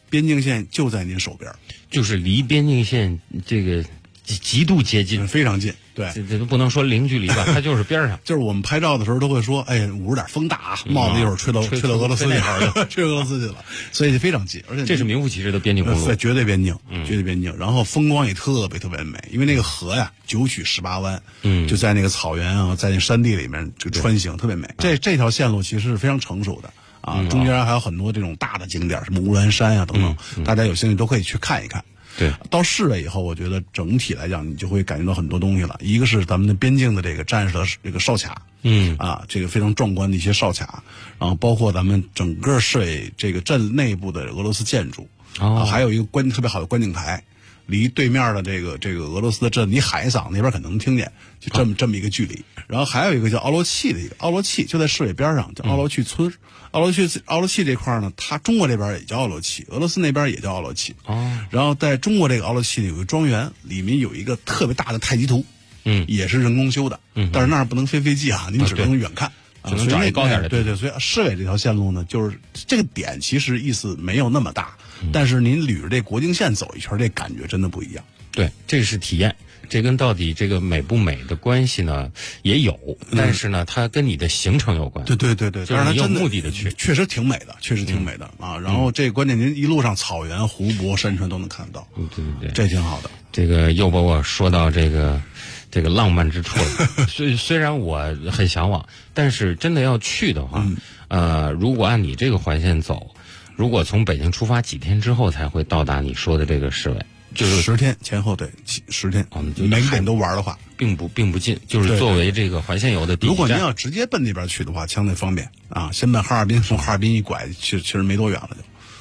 [SPEAKER 4] 边境线就在您手边儿，
[SPEAKER 3] 就是离边境线这个极极度接近，
[SPEAKER 4] 非常近。对，
[SPEAKER 3] 这这都不能说零距离吧，它就是边儿上。
[SPEAKER 4] 就是我们拍照的时候都会说，哎，捂着点风大啊，帽子一会儿吹到
[SPEAKER 3] 吹
[SPEAKER 4] 到俄罗斯去
[SPEAKER 3] 吹那
[SPEAKER 4] 了， (laughs) 吹俄罗斯去了，所以就非常近，而且
[SPEAKER 3] 这是名副嗯其实的边境
[SPEAKER 4] 嗯
[SPEAKER 3] 公
[SPEAKER 4] 呃
[SPEAKER 3] 路
[SPEAKER 4] 非。绝对边境，绝对边境。然后风光也特别特别美，因为那个河呀，九曲十八弯，
[SPEAKER 3] 嗯
[SPEAKER 4] 就在那个草原啊，在那山地里面这个穿行特别美。这这条线路其实是非常成熟的。
[SPEAKER 3] 嗯
[SPEAKER 4] 啊，中间还有很多这种大的景点，什么乌兰山啊等等，
[SPEAKER 3] 嗯
[SPEAKER 4] 大家有兴趣都可以去看一看。
[SPEAKER 3] 对，
[SPEAKER 4] 到市委以后，我觉得整体来讲，你就会感觉到很多东西了。一个是咱们的边境的这个战士的这个哨卡，
[SPEAKER 3] 嗯
[SPEAKER 4] 啊，这个非常壮观的一些哨卡，然后包括咱们整个市委这个镇内部的俄罗斯建筑，啊，
[SPEAKER 3] 哦
[SPEAKER 4] 还有一个观特别好的观景台。离对面的这个这个俄罗斯的镇，你喊一嗓那边可能能听见，就这
[SPEAKER 3] 哦
[SPEAKER 4] 么、这么一个距离。然后还有一个叫奥罗契的一个奥罗契，就在市委边上，叫奥罗契村。
[SPEAKER 3] 嗯
[SPEAKER 4] 奥罗契奥罗契这块呢，它中国这边也叫奥罗契，俄罗斯那边也叫奥罗契。
[SPEAKER 3] 哦，
[SPEAKER 4] 然后在中国这个奥罗契里有一个庄园，里面有一个特别大的太极图，
[SPEAKER 3] 嗯
[SPEAKER 4] 也是人工修的，嗯，但是那儿不能飞飞机啊，您只能远看。啊
[SPEAKER 3] 只
[SPEAKER 4] 所
[SPEAKER 3] 能
[SPEAKER 4] 以
[SPEAKER 3] 找一
[SPEAKER 4] 那
[SPEAKER 3] 高点儿的
[SPEAKER 4] 对对，所以市委这条线路呢，就是这个点其实意思没有那么大，
[SPEAKER 3] 嗯
[SPEAKER 4] 但是您捋着这国境线走一圈，这感觉真的不一样。
[SPEAKER 3] 对，这是体验。这跟到底这个美不美的关系呢也有，但是呢，它跟你的行程有关。
[SPEAKER 4] 嗯对对对对，
[SPEAKER 3] 就是
[SPEAKER 4] 但是它
[SPEAKER 3] 你有
[SPEAKER 4] 真的嗯
[SPEAKER 3] 目的地去嗯
[SPEAKER 4] 确实挺美的，确实挺美的啊。然后这关键您一路上草原、湖泊、山川都能看得到，
[SPEAKER 3] 嗯对对对。
[SPEAKER 4] 这挺好的。
[SPEAKER 3] 这个又把我说到这个这个浪漫之处
[SPEAKER 4] (laughs)
[SPEAKER 3] 了。虽虽然我很向往，但是真的要去的
[SPEAKER 4] 嗯
[SPEAKER 3] 话，呃，如果按你这个环线走，如果从北京出发几天之后才会到达你说的这个市委，就是
[SPEAKER 4] 十天前后对，七十天
[SPEAKER 3] 哦那，就
[SPEAKER 4] 每个
[SPEAKER 3] 还
[SPEAKER 4] 点都玩的话，
[SPEAKER 3] 并不并不近，就是
[SPEAKER 4] 对
[SPEAKER 3] 作为这个环线游的第一
[SPEAKER 4] 如果您
[SPEAKER 3] 站。
[SPEAKER 4] 要直接奔那边去的话，相对方便啊。先奔哈尔滨，从哈尔滨一拐，其实其实没多远了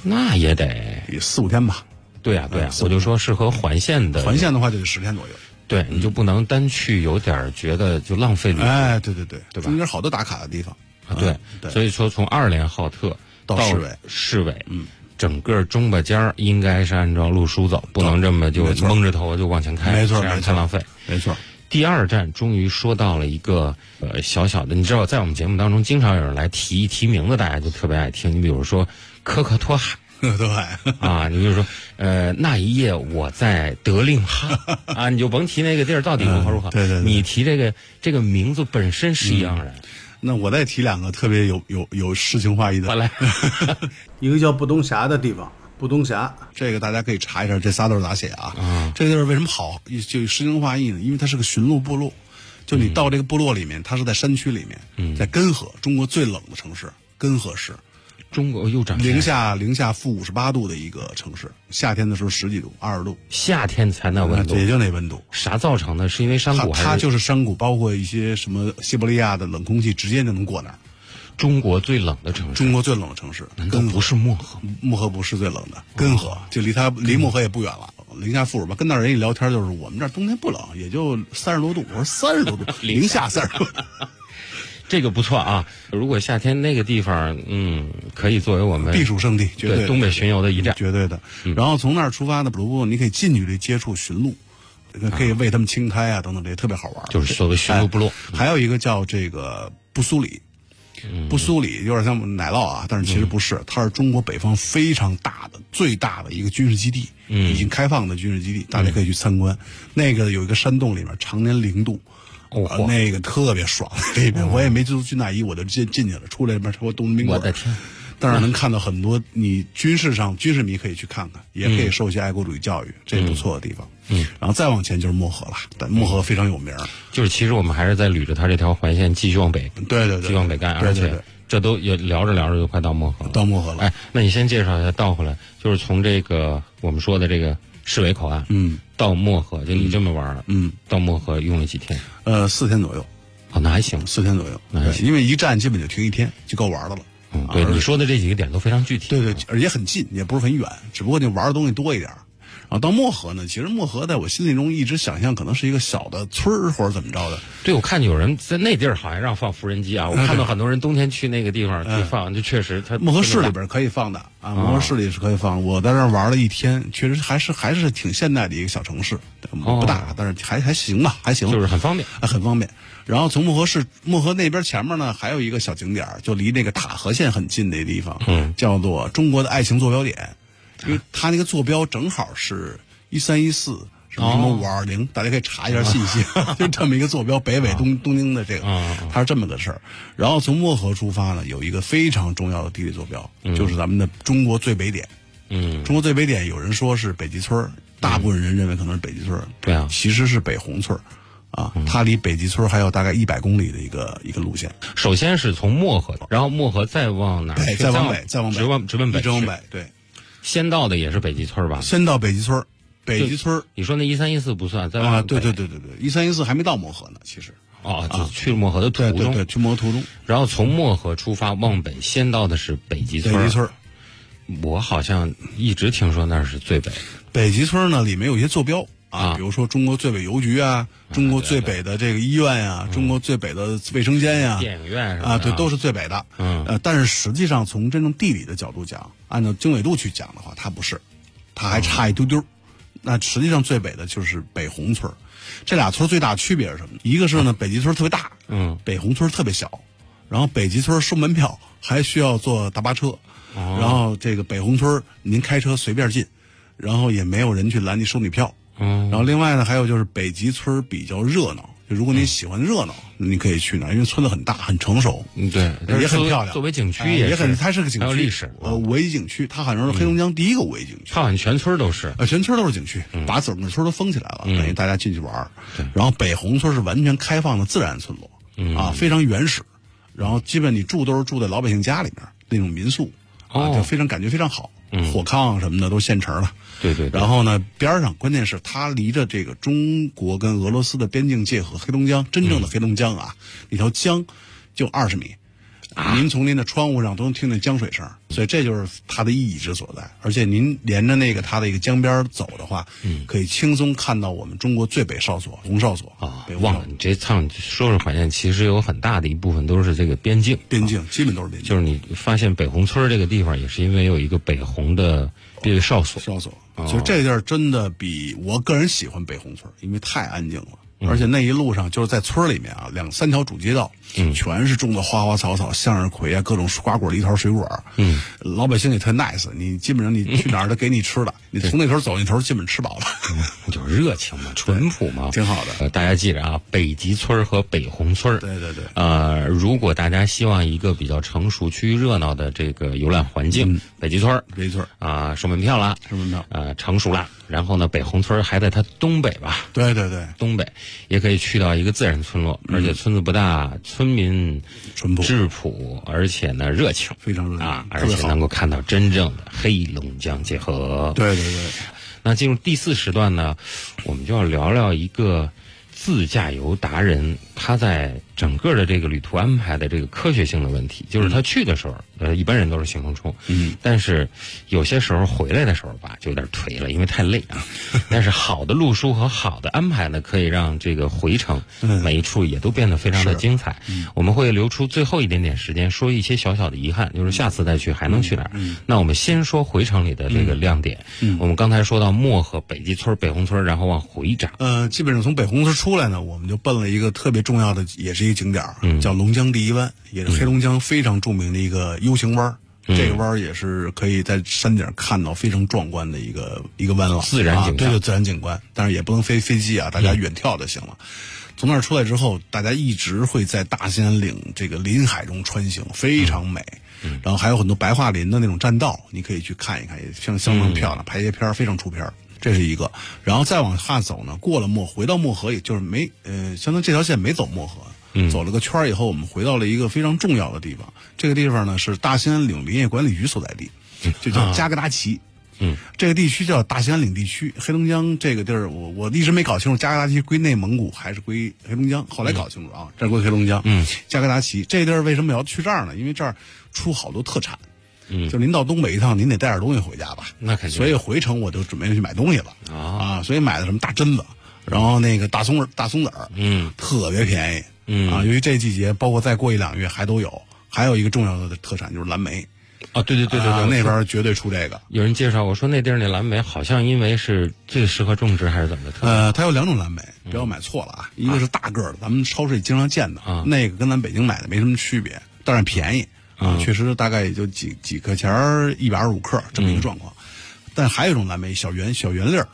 [SPEAKER 3] 那也得
[SPEAKER 4] 就，也四五天吧。
[SPEAKER 3] 对呀、对呀、
[SPEAKER 4] 嗯
[SPEAKER 3] 我就说适合环线的
[SPEAKER 4] 环，线的话就得十天左右。
[SPEAKER 3] 对你就不能单去，有点儿觉得就浪费旅行。
[SPEAKER 4] 哎，对对对，
[SPEAKER 3] 嗯对吧
[SPEAKER 4] 中间好多打卡的地方。
[SPEAKER 3] 啊，对
[SPEAKER 4] 嗯，对
[SPEAKER 3] 所以说从二连浩特
[SPEAKER 4] 到市委
[SPEAKER 3] 市委，嗯，整个中巴尖儿应该是按照路书走，不能这么就
[SPEAKER 4] 没错
[SPEAKER 3] 蒙着头就往前开，
[SPEAKER 4] 没错
[SPEAKER 3] 这样
[SPEAKER 4] 没错
[SPEAKER 3] 太浪费。
[SPEAKER 4] 没错， (laughs)
[SPEAKER 3] 第二站终于说到了一个呃小小的，你知道，在我们节目当中，经常有人来提一提名字，大家就特别爱听。你比如说科克托海
[SPEAKER 4] 对， (laughs)
[SPEAKER 3] 啊，你比如说呃那一夜我在德
[SPEAKER 4] (laughs)
[SPEAKER 3] 令哈啊，你就甭提那个地儿到底如何如何，
[SPEAKER 4] 嗯对对对嗯
[SPEAKER 3] 你提这个这个名字本身是一样然，
[SPEAKER 4] 那我再提两个特别有有有诗情画意
[SPEAKER 3] 我
[SPEAKER 4] 的， (laughs)
[SPEAKER 3] 来。
[SPEAKER 5] 一个叫不东峡的地方，不东峡
[SPEAKER 4] 这个大家可以查一下这仨字儿咋写啊？这个地儿为什么好就诗情画意呢？因为它是个驯鹿部落，就
[SPEAKER 3] 嗯
[SPEAKER 4] 你到这个部落里面，它是在山区里面，在根河，中国最冷的城市根河市，
[SPEAKER 3] 中国又涨
[SPEAKER 4] 零下零下负五十八度的一个城市，夏天的时候十几度、二十度，
[SPEAKER 3] 夏天才那温度
[SPEAKER 4] 啊，也就那温度。
[SPEAKER 3] 啥造成的？是因为山
[SPEAKER 4] 它
[SPEAKER 3] 谷还
[SPEAKER 4] 它
[SPEAKER 3] 是
[SPEAKER 4] 就是山谷，包括一些什么西伯利亚的冷空气，直接就能过那儿。
[SPEAKER 3] 中国最冷的城市？
[SPEAKER 4] 中国最冷的城市，
[SPEAKER 3] 难道
[SPEAKER 4] 根河
[SPEAKER 3] 不是漠河？哦
[SPEAKER 4] 漠河不是最冷的，根河就离它离漠河也不远了。零下负数吧，跟那儿人一聊天就是我们这儿冬天不冷，也就三十多度。我说三十多
[SPEAKER 3] (laughs)
[SPEAKER 4] 度，零下三十度。
[SPEAKER 3] 这个不错啊。如果夏天那个地方，嗯，可以作为我们
[SPEAKER 4] 避暑胜地，绝
[SPEAKER 3] 对
[SPEAKER 4] 的嗯
[SPEAKER 3] 东北巡游的一站嗯
[SPEAKER 4] 绝对的。然后从那儿出发呢，不不，你可以近距离接触驯鹿，可以喂它们青苔啊等等，这些特别好玩。
[SPEAKER 3] 就是所谓驯
[SPEAKER 4] 哎
[SPEAKER 3] 鹿部落。
[SPEAKER 4] 还有一个叫这个布苏里，
[SPEAKER 3] 嗯
[SPEAKER 4] 布苏里有点像奶酪啊，但是其实不是，它是中国北方非常大的、最大的一个军事基地，
[SPEAKER 3] 嗯
[SPEAKER 4] 已经开放的军事基地，大家可以去参观。那个有一个山洞里面常年零度。
[SPEAKER 3] 哦
[SPEAKER 4] 呃
[SPEAKER 3] 嚯
[SPEAKER 4] 那个特别爽，里面我也没租军大衣，我就直接进去了。出来里面超过东宾馆，
[SPEAKER 3] 我的天！
[SPEAKER 4] 但是能看到很多你军事上军事迷可以去看看，也可
[SPEAKER 3] 嗯
[SPEAKER 4] 以受一些爱国主义教育，这不错的地方。嗯，然后再往前就是漠河了，但漠河非常有名儿。
[SPEAKER 3] 就是其实我们还是在捋着它这条环线继续往北，
[SPEAKER 4] 对对对，
[SPEAKER 3] 继续往北干，
[SPEAKER 4] 对
[SPEAKER 3] 而
[SPEAKER 4] 对
[SPEAKER 3] 且
[SPEAKER 4] 对，
[SPEAKER 3] 这都也聊着聊着就快到漠河了。
[SPEAKER 4] 到漠河了。
[SPEAKER 3] 哎，那你先介绍一下倒回来，就是从这个我们说的这个市委口岸，
[SPEAKER 4] 嗯
[SPEAKER 3] 到漠河，就你这么玩了，
[SPEAKER 4] 嗯，
[SPEAKER 3] 到漠河用了几天？
[SPEAKER 4] 呃，四天左右，
[SPEAKER 3] 哦，那还行，
[SPEAKER 4] 四天左右，
[SPEAKER 3] 那还
[SPEAKER 4] 对因为一站基本就停一天，就够玩的了。
[SPEAKER 3] 嗯，对，你说的这几个点都非常具体。
[SPEAKER 4] 对对，而且很近，也不是很远，只不过你玩的东西多一点儿。然后到漠河呢，其实漠河在我心里中一直想象可能是一个小的村儿或者怎么着的，
[SPEAKER 3] 对，我看有人在那地儿好像让放无人
[SPEAKER 4] 嗯
[SPEAKER 3] 机啊，我看到很多人冬天去那个地方去放，就确实它
[SPEAKER 4] 漠河市里边可以放的啊，漠河市里是可以放。我在那儿玩了一天，确实还是还是挺现代的一个小城市，对
[SPEAKER 3] 哦
[SPEAKER 4] 不大，但是还还行吧，还行，
[SPEAKER 3] 就是很方便。
[SPEAKER 4] 啊，很方便。然后从漠河市，漠河那边前面呢，还有一个小景点儿，就离那个塔河县很近的一个地方，
[SPEAKER 3] 嗯啊
[SPEAKER 4] 叫做中国的爱情坐标点，因为它那个坐标正好是一三一四。什么什
[SPEAKER 3] 哦
[SPEAKER 4] 么五二零，大家可以查一下信息，就这么一个坐标，
[SPEAKER 3] (laughs)
[SPEAKER 4] 北纬东东京的这个
[SPEAKER 3] 啊啊，
[SPEAKER 4] 它是这么个事儿。然后从漠河出发呢，有一个非常重要的地理坐标，就是咱们的中国最北点。
[SPEAKER 3] 嗯，
[SPEAKER 4] 中国最北点，有人说是北极村儿，大部分人认为可能是北极村儿，
[SPEAKER 3] 对啊
[SPEAKER 4] 其实是北红村儿，啊，它离北极村儿还有大概一百公里的一个一个路线，
[SPEAKER 3] 首先是从漠河，然后漠河再往哪儿
[SPEAKER 4] 对，
[SPEAKER 3] 去？
[SPEAKER 4] 再往北，再往北，
[SPEAKER 3] 直往直奔北，
[SPEAKER 4] 一直往北，。对，
[SPEAKER 3] 先到的也是北极村吧？
[SPEAKER 4] 先到北极村儿，北极村儿
[SPEAKER 3] 你说那一三一四不算，再往
[SPEAKER 4] 啊，
[SPEAKER 3] 北
[SPEAKER 4] 对对对对对，一三一四还没到漠河呢，其实，
[SPEAKER 3] 哦，就是去漠河的途
[SPEAKER 4] 对对
[SPEAKER 3] 中，
[SPEAKER 4] 对，去漠河途中，
[SPEAKER 3] 然后从漠河出发往北，先到的是北极
[SPEAKER 4] 北
[SPEAKER 3] 村。
[SPEAKER 4] 极村儿。
[SPEAKER 3] 我好像一直听说那儿是最北，
[SPEAKER 4] 北极村呢，里面有一些坐标
[SPEAKER 3] 啊
[SPEAKER 4] 啊，比如说中国最北邮局啊，中国最北的这个医院呀、中国最北的卫生间呀、
[SPEAKER 3] 嗯电影院什么的
[SPEAKER 4] 啊，对，都
[SPEAKER 3] 是
[SPEAKER 4] 是最北的。
[SPEAKER 3] 嗯
[SPEAKER 4] 呃，但是实际上从真正地理的角度讲，按照经纬度去讲的话，它不是，它还差一丢
[SPEAKER 3] 哦
[SPEAKER 4] 丢。那实际上最北的就是北红村儿，这俩村儿最大区别是什么呢？一个是呢，北极村儿特别大，
[SPEAKER 3] 嗯，
[SPEAKER 4] 北红村儿特别小，然后北极村儿收门票还需要坐大巴车，
[SPEAKER 3] 哦
[SPEAKER 4] 然后这个北红村儿您开车随便进，然后也没有人去拦你收你票。
[SPEAKER 3] 嗯
[SPEAKER 4] 然后另外呢，还有就是北极村儿比较热闹，就如果
[SPEAKER 3] 嗯
[SPEAKER 4] 你喜欢热闹，你可以去那儿，因为村子很大，很成熟。
[SPEAKER 3] 嗯对，
[SPEAKER 4] 也很
[SPEAKER 3] 作为
[SPEAKER 4] 漂亮，
[SPEAKER 3] 作为景区
[SPEAKER 4] 哎
[SPEAKER 3] 也
[SPEAKER 4] 也
[SPEAKER 3] 是
[SPEAKER 4] 很，它是个景区，
[SPEAKER 3] 还有历史嗯
[SPEAKER 4] 呃，五 A 景区，它好像是黑龙江第一个五 A 景区，
[SPEAKER 3] 它好像全村都是。
[SPEAKER 4] 呃，全村都是景区，
[SPEAKER 3] 嗯
[SPEAKER 4] 把整个村都封起来了，等于大家进去玩儿。然后北红村是完全开放的自然村
[SPEAKER 3] 嗯
[SPEAKER 4] 落，啊，非常原始，然后基本你住都是住在老百姓家里面那种民宿，啊，
[SPEAKER 3] 哦嗯
[SPEAKER 4] 就非常感觉非常好，火炕什么的都现成的。
[SPEAKER 3] 对对对
[SPEAKER 4] 然后呢，边儿上关键是它离着这个中国跟俄罗斯的边境界和黑龙江真正
[SPEAKER 3] 嗯
[SPEAKER 4] 的黑龙江啊，那条江就二十米。
[SPEAKER 3] 啊
[SPEAKER 4] 您从您的窗户上都能听见江水声，所以这就是它的意义之所在。而且您沿着那个它的一个江边走的话，
[SPEAKER 3] 嗯
[SPEAKER 4] 可以轻松看到我们中国最北哨所红哨所
[SPEAKER 3] 啊
[SPEAKER 4] 北，红
[SPEAKER 3] 忘
[SPEAKER 4] 哨
[SPEAKER 3] 了你这趟说说环线，其实有很大的一部分都是这个边境，
[SPEAKER 4] 边境基本都是边境
[SPEAKER 3] 就是你发现北红村这个地方，也是因为有一个北红的这个哨所。
[SPEAKER 4] 哨所。其实这地儿真的比我个人喜欢北红村，因为太安静了。而且那一路上就是在村里面啊，两三条主街道，全是种的花花草草、向日葵啊，各种瓜果、梨桃、水果。嗯，老百姓也特 nice，你基本上你去哪儿都给你吃的，你从那头走那头基本吃饱了。
[SPEAKER 3] 就是热情嘛，淳朴嘛，
[SPEAKER 4] 挺好的
[SPEAKER 3] 呃，大家记着啊，北极村儿和北红村儿
[SPEAKER 4] 对对对
[SPEAKER 3] 呃，如果大家希望一个比较成熟、趋于热闹的这个游览环
[SPEAKER 4] 嗯
[SPEAKER 3] 境，北极村儿
[SPEAKER 4] 没错儿，
[SPEAKER 3] 啊、收门票啦，
[SPEAKER 4] 收门票
[SPEAKER 3] 呃，成熟啦。然后呢，北红村儿还在它东北吧，
[SPEAKER 4] (laughs) 对对对，
[SPEAKER 3] 东北也可以去到一个自然村落，而且村子不大，村民
[SPEAKER 4] 嗯淳朴
[SPEAKER 3] 质朴，而且呢热情，
[SPEAKER 4] 非常热情
[SPEAKER 3] 啊，而
[SPEAKER 4] 特别
[SPEAKER 3] 且
[SPEAKER 4] 好
[SPEAKER 3] 能够看到真正的黑龙江结合。
[SPEAKER 4] 对对对，
[SPEAKER 3] 那进入第四时段呢，我们就要聊聊一个自驾游达人，他在整个的这个旅途安排的这个科学性的问题，就是他去的时候，呃，一般人都是行动充。嗯，但是有些时候回来的时候吧，就有点颓了，因为太累啊。但是好的路书和好的安排呢，可以让这个回程每一处也都变得非常的精彩。我们会留出最后一点点时间说一些小小的遗憾，就是下次再去还能去哪儿。那我们先说回程里的这个亮点。我们刚才说到漠河、北极村、北红村，然后往回长。
[SPEAKER 4] 呃，基本上从北红村出来呢，我们就奔了一个特别重要的，也是一个景点儿，
[SPEAKER 3] 嗯
[SPEAKER 4] 叫龙江第一湾，也是黑龙江非常著名的一个 U 型弯儿。
[SPEAKER 3] 嗯
[SPEAKER 4] 这个弯儿也是可以在山顶看到非常壮观的一个一个湾了，
[SPEAKER 3] 自然景
[SPEAKER 4] 啊
[SPEAKER 3] 观
[SPEAKER 4] 对对，自然景观。但是也不能飞飞机啊，大家远眺就行了。从那儿出来之后，大家一直会在大兴安岭这个林海中穿行，非常美。然后还有很多白桦林的那种栈道，你可以去看一看，也相相当漂亮，拍一些片儿非常出片儿。这是一个，然后再往下走呢，过了漠回到漠河，也就是没呃，相当于这条线没走漠河，走了个圈儿以后，我们回到了一个非常重要的地方。这个地方呢是大兴安岭林业管理局所在地，就叫加格达奇。嗯，这个地区叫大兴安岭地区，黑龙江这个地儿，我我一直没搞清楚，加格达奇归内蒙古还是归黑龙江，
[SPEAKER 3] 嗯
[SPEAKER 4] 后来搞清楚啊，这是归黑龙江。嗯，加格达奇这地儿为什么要去这儿呢？因为这儿出好多特产。嗯，就您到东北一趟，您得带点东西回家吧。
[SPEAKER 3] 那肯定
[SPEAKER 4] 所以回程我就准备去买东西了
[SPEAKER 3] 嗯啊
[SPEAKER 4] 啊，所以买的什么大榛子，然后那个大松仁大松子儿，
[SPEAKER 3] 嗯，
[SPEAKER 4] 特别便宜，
[SPEAKER 3] 嗯
[SPEAKER 4] 啊，由于这季节，包括再过一两个月还都有。还有一个重要的特产就是蓝莓，
[SPEAKER 3] 啊，对对对对对，
[SPEAKER 4] 啊
[SPEAKER 3] 我
[SPEAKER 4] 那
[SPEAKER 3] 说
[SPEAKER 4] 边绝对出这个。
[SPEAKER 3] 有人介绍我说那地儿那蓝莓好像因为是最适合种植还是怎么的，特别
[SPEAKER 4] 呃，它有两种蓝莓，
[SPEAKER 3] 嗯
[SPEAKER 4] 不要买错了啊，一个是大个儿的，咱们超市里经常见的，
[SPEAKER 3] 啊
[SPEAKER 4] 那个跟咱北京买的没什么区别，但是便宜啊，确实大概也就几几克钱儿，一百二十五克这么
[SPEAKER 3] 嗯
[SPEAKER 4] 一个状况。但还有一种蓝莓，小圆小圆粒儿，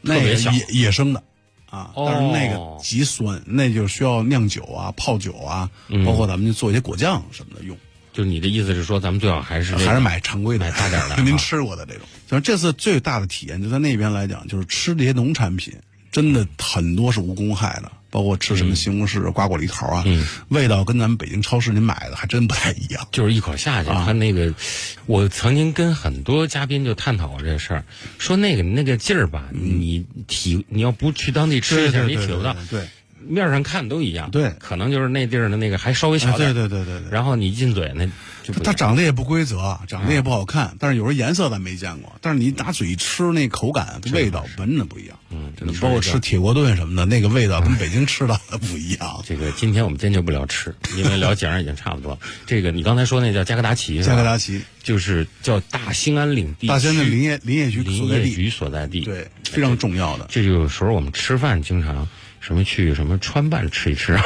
[SPEAKER 4] 那
[SPEAKER 3] 别
[SPEAKER 4] 个
[SPEAKER 3] 小
[SPEAKER 4] 野野生的。啊，
[SPEAKER 3] 哦
[SPEAKER 4] 但是那个极酸，那就需要酿酒啊、泡酒啊，
[SPEAKER 3] 嗯
[SPEAKER 4] 包括咱们就做一些果酱什么的用。
[SPEAKER 3] 就是你的意思是说咱们最好还是这个
[SPEAKER 4] 还是买常规的，
[SPEAKER 3] 买大点儿的
[SPEAKER 4] (laughs) 您
[SPEAKER 3] 啊
[SPEAKER 4] 吃过的这种。就是这次最大的体验，就在那边来讲，就是吃这些农产品，真的很多是无公害的，包括吃什么西红柿、瓜果梨桃啊，味道跟咱们北京超市您买的还真不太一样。
[SPEAKER 3] 就是一口下去，
[SPEAKER 4] 啊
[SPEAKER 3] 它那个，我曾经跟很多嘉宾就探讨过这事儿，说那个那个劲儿吧，你体你要不去当地吃一下，你体会不到。
[SPEAKER 4] 嗯对，
[SPEAKER 3] 面上看都一样，
[SPEAKER 4] 对
[SPEAKER 3] 可能就是那地儿的那个还稍微
[SPEAKER 4] 哎对
[SPEAKER 3] 小点儿，
[SPEAKER 4] 对对对对。
[SPEAKER 3] 然后你一进嘴那就不一
[SPEAKER 4] 它
[SPEAKER 3] 样
[SPEAKER 4] 长得也不规则，长得也不好看，但是有时候颜色咱没见过，但是你拿嘴一吃，那口感、味道闻着不一样。嗯，真的，包括吃铁锅炖什么的，那个味道跟北京吃到的不一样。
[SPEAKER 3] 这个今天我们坚决不
[SPEAKER 4] (laughs)
[SPEAKER 3] 聊吃，因为聊景儿已经差不多了。这个你刚才说那叫加格达奇是吧？
[SPEAKER 4] 加格达奇，
[SPEAKER 3] 就是叫大兴安岭地区
[SPEAKER 4] 大兴安岭林业林业局所
[SPEAKER 3] 林
[SPEAKER 4] 在
[SPEAKER 3] 业
[SPEAKER 4] 地，
[SPEAKER 3] 局所在地。
[SPEAKER 4] 对，非常重要的。
[SPEAKER 3] 这就有时候我们吃饭经常什么去什么川办吃一
[SPEAKER 4] (laughs)
[SPEAKER 3] 吃啊，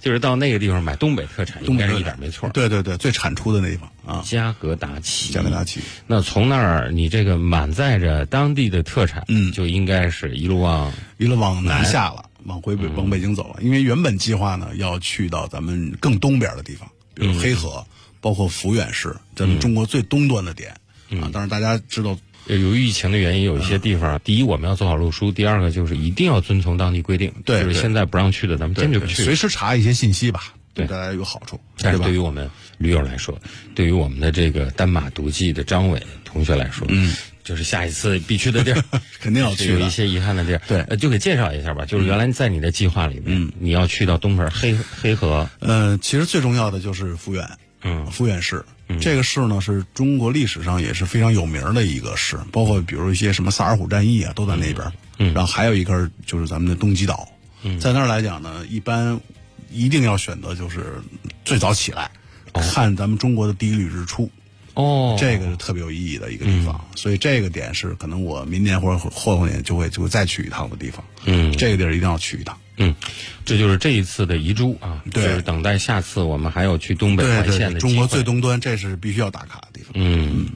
[SPEAKER 3] 就是到那个地方买东北特产，应该是一点没错。，
[SPEAKER 4] 对对对，最产出的那地方啊，
[SPEAKER 3] 加格达奇，
[SPEAKER 4] 加格达。奇。
[SPEAKER 3] 那从那儿你这个满载着当地的特产，
[SPEAKER 4] 嗯
[SPEAKER 3] 就应该是一路往
[SPEAKER 4] 一路往南下了，往回北
[SPEAKER 3] 嗯
[SPEAKER 4] 往北京走了，因为原本计划呢要去到咱们更东边的地方，比
[SPEAKER 3] 嗯
[SPEAKER 4] 如黑河，包括抚远市，咱们中国最东端的点
[SPEAKER 3] 嗯
[SPEAKER 4] 啊。但是大家知道，
[SPEAKER 3] 呃由于疫情的原因，有一些地方，
[SPEAKER 4] 啊
[SPEAKER 3] 第一我们要做好路书，第二个就是一定要遵从当地规定，
[SPEAKER 4] 对
[SPEAKER 3] 就是
[SPEAKER 4] 对
[SPEAKER 3] 现在不让去的，咱们坚决不去。
[SPEAKER 4] 随时查一些信息吧，
[SPEAKER 3] 对
[SPEAKER 4] 大家有好处，
[SPEAKER 3] 但
[SPEAKER 4] 对
[SPEAKER 3] 是
[SPEAKER 4] 吧
[SPEAKER 3] 对于？我们驴友来说，对于我们的这个单马独骑的张伟同学来说，嗯，就是下一次必去的地儿，
[SPEAKER 4] (laughs) 肯定要
[SPEAKER 3] 是
[SPEAKER 4] 去
[SPEAKER 3] 有一
[SPEAKER 4] 的。
[SPEAKER 3] 些遗憾的地儿。
[SPEAKER 4] 对嗯
[SPEAKER 3] 呃，就给介绍一下吧。就是原来在你的计划里面，你要去到东边黑黑河，
[SPEAKER 4] 呃，其实最重要的就是抚远，
[SPEAKER 3] 嗯
[SPEAKER 4] 抚远市。这个市呢，是中国历史上也是非常有名的一个市，包括比如一些什么萨尔浒战役啊，都在那边。嗯，然后还有一个就是咱们的东极岛，
[SPEAKER 3] 嗯
[SPEAKER 4] 在那儿来讲呢，一般一定要选择就是最早起来，看咱们中国的第一缕日出。
[SPEAKER 3] 哦，嗯
[SPEAKER 4] 这个是特别有意义的一个地方，所以这个点是可能我明年或者后后年就会就会再去一趟的地方。嗯，这个地儿一定要去一趟。
[SPEAKER 3] 嗯，这就是这一次的遗珠啊，
[SPEAKER 4] 对
[SPEAKER 3] 就是等待下次我们还有去东北
[SPEAKER 4] 对
[SPEAKER 3] 环
[SPEAKER 4] 对
[SPEAKER 3] 线
[SPEAKER 4] 对，
[SPEAKER 3] 的
[SPEAKER 4] 中国最
[SPEAKER 3] 机会。
[SPEAKER 4] 东端，这是必须要打卡的地方。
[SPEAKER 3] 嗯，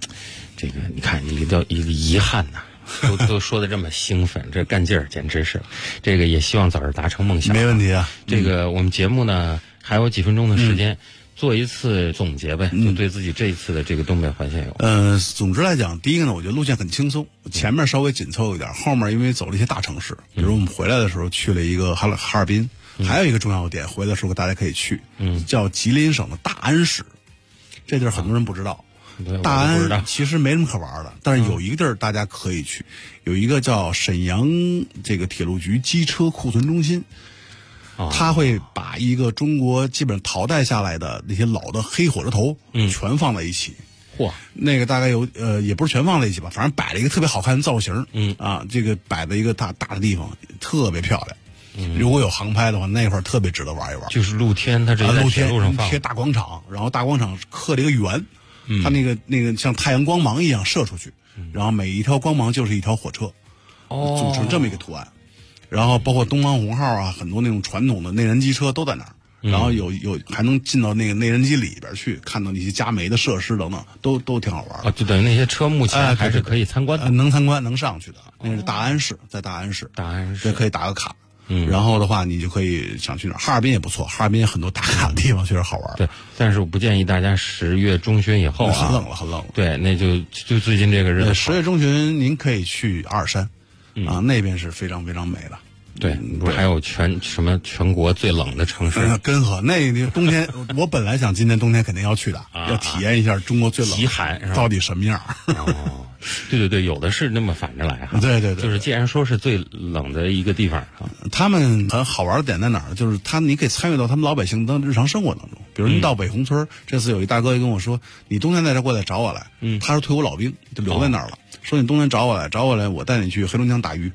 [SPEAKER 3] 这个你看，一个叫一个遗憾呐、都都说的这么兴奋，这干劲儿简直是，这个也希望早日达成梦想。
[SPEAKER 4] 没问题啊。
[SPEAKER 3] 这个我们节目呢还有几分钟的时
[SPEAKER 4] 嗯
[SPEAKER 3] 间，做一次总结呗，就对自己这一次的这个东北环线游。
[SPEAKER 4] 呃，总之来讲，第一个呢，我觉得路线很轻松，
[SPEAKER 3] 嗯
[SPEAKER 4] 前面稍微紧凑一点，后面因为走了一些大城市，比如我们回来的时候去了一个
[SPEAKER 3] 嗯
[SPEAKER 4] 哈尔哈尔滨，还有一个重要的点，回来的时候大家可以去，嗯，叫吉林省的大安市，这地儿很多人不知道。
[SPEAKER 3] 对
[SPEAKER 4] 嗯大
[SPEAKER 3] 啊我都不知道嗯
[SPEAKER 4] 安其实没什么可玩的，但是有一个地儿大家可以去，有一个叫沈阳这个铁路局机车库存中心，
[SPEAKER 3] 哦
[SPEAKER 4] 他会把一个中国基本淘汰下来的那些老的黑火车头，
[SPEAKER 3] 嗯
[SPEAKER 4] 全放在一起。
[SPEAKER 3] 嚯，
[SPEAKER 4] 那个大概有呃，也不是全放在一起吧，反正摆了一个特别好看的造型，
[SPEAKER 3] 嗯
[SPEAKER 4] 啊，这个摆在一个大大的地方，特别漂亮。如果有航拍的话，那块儿特别值得玩一玩。
[SPEAKER 3] 嗯就是露天，他直接
[SPEAKER 4] 啊，
[SPEAKER 3] 在
[SPEAKER 4] 露
[SPEAKER 3] 铁
[SPEAKER 4] 天
[SPEAKER 3] 路上放嗯
[SPEAKER 4] 贴大广场，然后大广场刻了一个圆，它那个那个像太阳光芒一样射出去，然后每一条光芒就是一条火车，
[SPEAKER 3] 哦
[SPEAKER 4] 组成这么一个图案。然后包括东方红号啊，很多那种传统的内燃机车都在那儿。
[SPEAKER 3] 嗯
[SPEAKER 4] 然后有有还能进到那个内燃机里边去，看到那些加煤的设施等等，都都挺好玩的
[SPEAKER 3] 啊，就等于那些车目前
[SPEAKER 4] 哎
[SPEAKER 3] 还是可以参观
[SPEAKER 4] 呃，
[SPEAKER 3] 的。
[SPEAKER 4] 能参观能上去的，那是大安市，在大安市，
[SPEAKER 3] 大安
[SPEAKER 4] 这
[SPEAKER 3] 是
[SPEAKER 4] 可以打个卡。
[SPEAKER 3] 嗯
[SPEAKER 4] 然后的话，你就可以想去哪儿，哈尔滨也不错，哈尔滨有很多打卡的地方，确实好玩。
[SPEAKER 3] 对，但是我不建议大家十月中旬以后
[SPEAKER 4] 很冷
[SPEAKER 3] 啊，
[SPEAKER 4] 了，很冷了。
[SPEAKER 3] 对，那就就最近这个日
[SPEAKER 4] 呃，
[SPEAKER 3] 子
[SPEAKER 4] 十
[SPEAKER 3] 好，
[SPEAKER 4] 月中旬您可以去阿尔山，啊，
[SPEAKER 3] 嗯
[SPEAKER 4] 那边是非常非常美的。 (laughs)
[SPEAKER 3] 对，不是还有全什么全国最冷的城市
[SPEAKER 4] 嗯，根河那那冬天，我本来想今年冬天肯定要去的，要体验一下中国最冷
[SPEAKER 3] 啊极寒是吧
[SPEAKER 4] 到底什么样儿。
[SPEAKER 3] 哦， (laughs) 对对对，有的是那么反着来哈。
[SPEAKER 4] 对对对
[SPEAKER 3] 就是既然说是最冷的一个地方啊，
[SPEAKER 4] 他们很好玩的点在哪儿呢？就是他，你可以参与到他们老百姓的日常生活当中。比如你到北红
[SPEAKER 3] 嗯
[SPEAKER 4] 村儿，这次有一大哥就跟我说，你冬天在这儿过来找我来。嗯，他是退伍老兵，就留在那儿
[SPEAKER 3] 哦
[SPEAKER 4] 了。说你冬天找我来，找我来，我带你去黑龙江打鱼，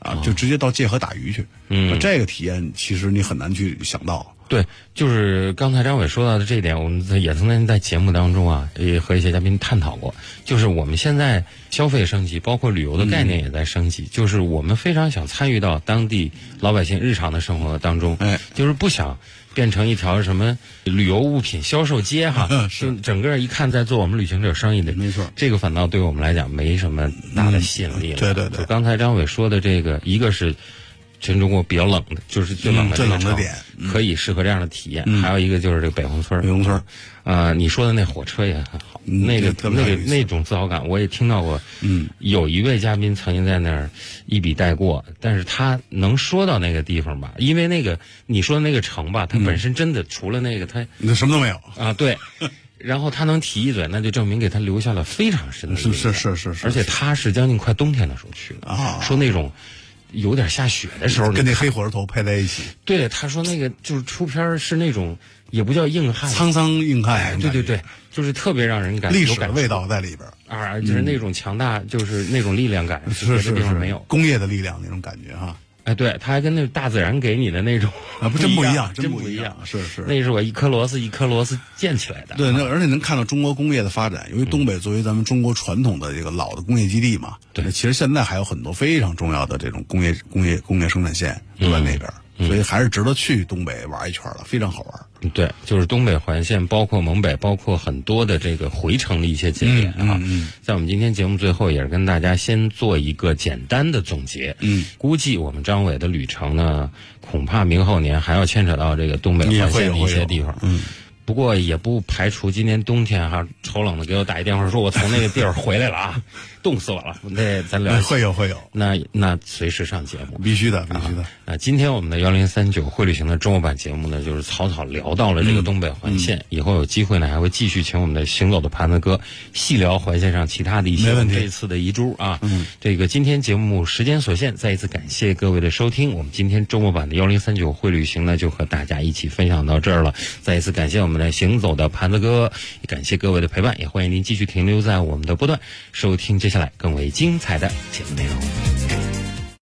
[SPEAKER 4] 啊，就直接到界河打鱼去。
[SPEAKER 3] 哦
[SPEAKER 4] 啊
[SPEAKER 3] 嗯
[SPEAKER 4] 这个体验其实你很难去想到。
[SPEAKER 3] 对，就是刚才张伟说到的这一点，我们在也曾经在节目当中啊，也和一些嘉宾探讨过。就是我们现在消费升级，包括旅游的概
[SPEAKER 4] 嗯
[SPEAKER 3] 念也在升级，就是我们非常想参与到当地老百姓日常的生活当中，
[SPEAKER 4] 哎，
[SPEAKER 3] 就是不想变成一条什么旅游物品销售街哈，是整个一看在做我们旅行者生意的，
[SPEAKER 4] 嗯没错嗯
[SPEAKER 3] 这个反倒对我们来讲没什么大的吸引力了。
[SPEAKER 4] 对对对
[SPEAKER 3] 就刚才张伟说的这个，一个是全中国比较冷的，就是最冷
[SPEAKER 4] 嗯
[SPEAKER 3] 的
[SPEAKER 4] 最
[SPEAKER 3] 这个
[SPEAKER 4] 冷的
[SPEAKER 3] 城
[SPEAKER 4] 点
[SPEAKER 3] 可以适合这样的体验。还有一个就是这个北红村儿，
[SPEAKER 4] 嗯北红村儿
[SPEAKER 3] 呃，你说的那火车也很好，
[SPEAKER 4] 嗯
[SPEAKER 3] 那
[SPEAKER 4] 对
[SPEAKER 3] 个
[SPEAKER 4] 特别
[SPEAKER 3] 那
[SPEAKER 4] 有
[SPEAKER 3] 个
[SPEAKER 4] 意思
[SPEAKER 3] 那种自豪感我也听到过。嗯，有一位嘉宾曾经在那儿一笔带过，但是他能说到那个地方吧？因为那个你说的那个城吧，
[SPEAKER 4] 嗯
[SPEAKER 3] 它本身真的除了那个它
[SPEAKER 4] 那什么都没有，
[SPEAKER 3] 啊对。
[SPEAKER 4] (laughs)
[SPEAKER 3] 然后他能提一嘴，那就证明给他留下了非常深的
[SPEAKER 4] 是
[SPEAKER 3] 印
[SPEAKER 4] 是
[SPEAKER 3] 象
[SPEAKER 4] 是是是，
[SPEAKER 3] 而且他是将近快冬天的时候去的，
[SPEAKER 4] 啊
[SPEAKER 3] 说那种有点下雪的时候，
[SPEAKER 4] 跟
[SPEAKER 3] 你
[SPEAKER 4] 那黑火车头配在一起，
[SPEAKER 3] 对他说那个就是出片儿是那种也不叫硬汉，
[SPEAKER 4] 沧桑硬汉，
[SPEAKER 3] 哎对对对，就是特别让人感
[SPEAKER 4] 历
[SPEAKER 3] 有
[SPEAKER 4] 史
[SPEAKER 3] 感
[SPEAKER 4] 的
[SPEAKER 3] 触
[SPEAKER 4] 味道在里边儿，
[SPEAKER 3] 啊，就是那种强大，就是那种力量感，
[SPEAKER 4] 是
[SPEAKER 3] 别
[SPEAKER 4] 是
[SPEAKER 3] 的地
[SPEAKER 4] 是
[SPEAKER 3] 方没有。
[SPEAKER 4] 工业的力量那种感觉哈。
[SPEAKER 3] 哎，对，他还跟那大自然给你的那种
[SPEAKER 4] 啊，不真不
[SPEAKER 3] 一 (laughs)
[SPEAKER 4] 一
[SPEAKER 3] 样，
[SPEAKER 4] 样，
[SPEAKER 3] 真
[SPEAKER 4] 不
[SPEAKER 3] 一
[SPEAKER 4] 一样，是是。
[SPEAKER 3] 那是我一颗螺丝一颗螺丝建起来的，
[SPEAKER 4] 对，那而且能看到中国工业的发展，由于东北作为咱们中国传统的这个老的工业基地嘛，
[SPEAKER 3] 对
[SPEAKER 4] 那其实现在还有很多非常重要的这种工业工业工业生产线都在那边儿，
[SPEAKER 3] 嗯
[SPEAKER 4] 所以还是值得去东北玩一圈儿的，非常好玩儿。
[SPEAKER 3] 对，就是东北环线，包括蒙北，包括很多的这个回程的一些节点
[SPEAKER 4] 嗯
[SPEAKER 3] 啊。在我们今天节目最后，也是跟大家先做一个简单的总结。嗯，估计我们张伟的旅程呢，恐怕明后年还要牵扯到这个东北
[SPEAKER 4] 也
[SPEAKER 3] 环
[SPEAKER 4] 会
[SPEAKER 3] 线
[SPEAKER 4] 有
[SPEAKER 3] 的一
[SPEAKER 4] 会
[SPEAKER 3] 些
[SPEAKER 4] 有
[SPEAKER 3] 地方。嗯。不过也不排除今年冬天哈、抽冷的给我打一电话，说我从那个地儿回来了啊， (laughs) 冻死我了。那咱聊一
[SPEAKER 4] 哎
[SPEAKER 3] 下，
[SPEAKER 4] 会有会有，
[SPEAKER 3] 那那随时上节目。
[SPEAKER 4] 必须的必须的。
[SPEAKER 3] 那今天我们的幺零三九汇率型的周末版节目呢，就是草草聊到了这
[SPEAKER 4] 嗯
[SPEAKER 3] 个东北环线。以后有机会呢，还会继续请我们的行走的盘子哥细聊环线上其他的一些
[SPEAKER 4] 没
[SPEAKER 3] 我
[SPEAKER 4] 问
[SPEAKER 3] 们
[SPEAKER 4] 题
[SPEAKER 3] 这次的遗珠啊。嗯，这个今天节目时间所限，再一次感谢各位的收听。我们今天周末版的幺零三九汇率型呢，就和大家一起分享到这儿了。再一次感谢我们的行走的盘子哥，也感谢各位的陪伴，也欢迎您继续停留在我们的波段，收听接下来更为精彩的节目内容。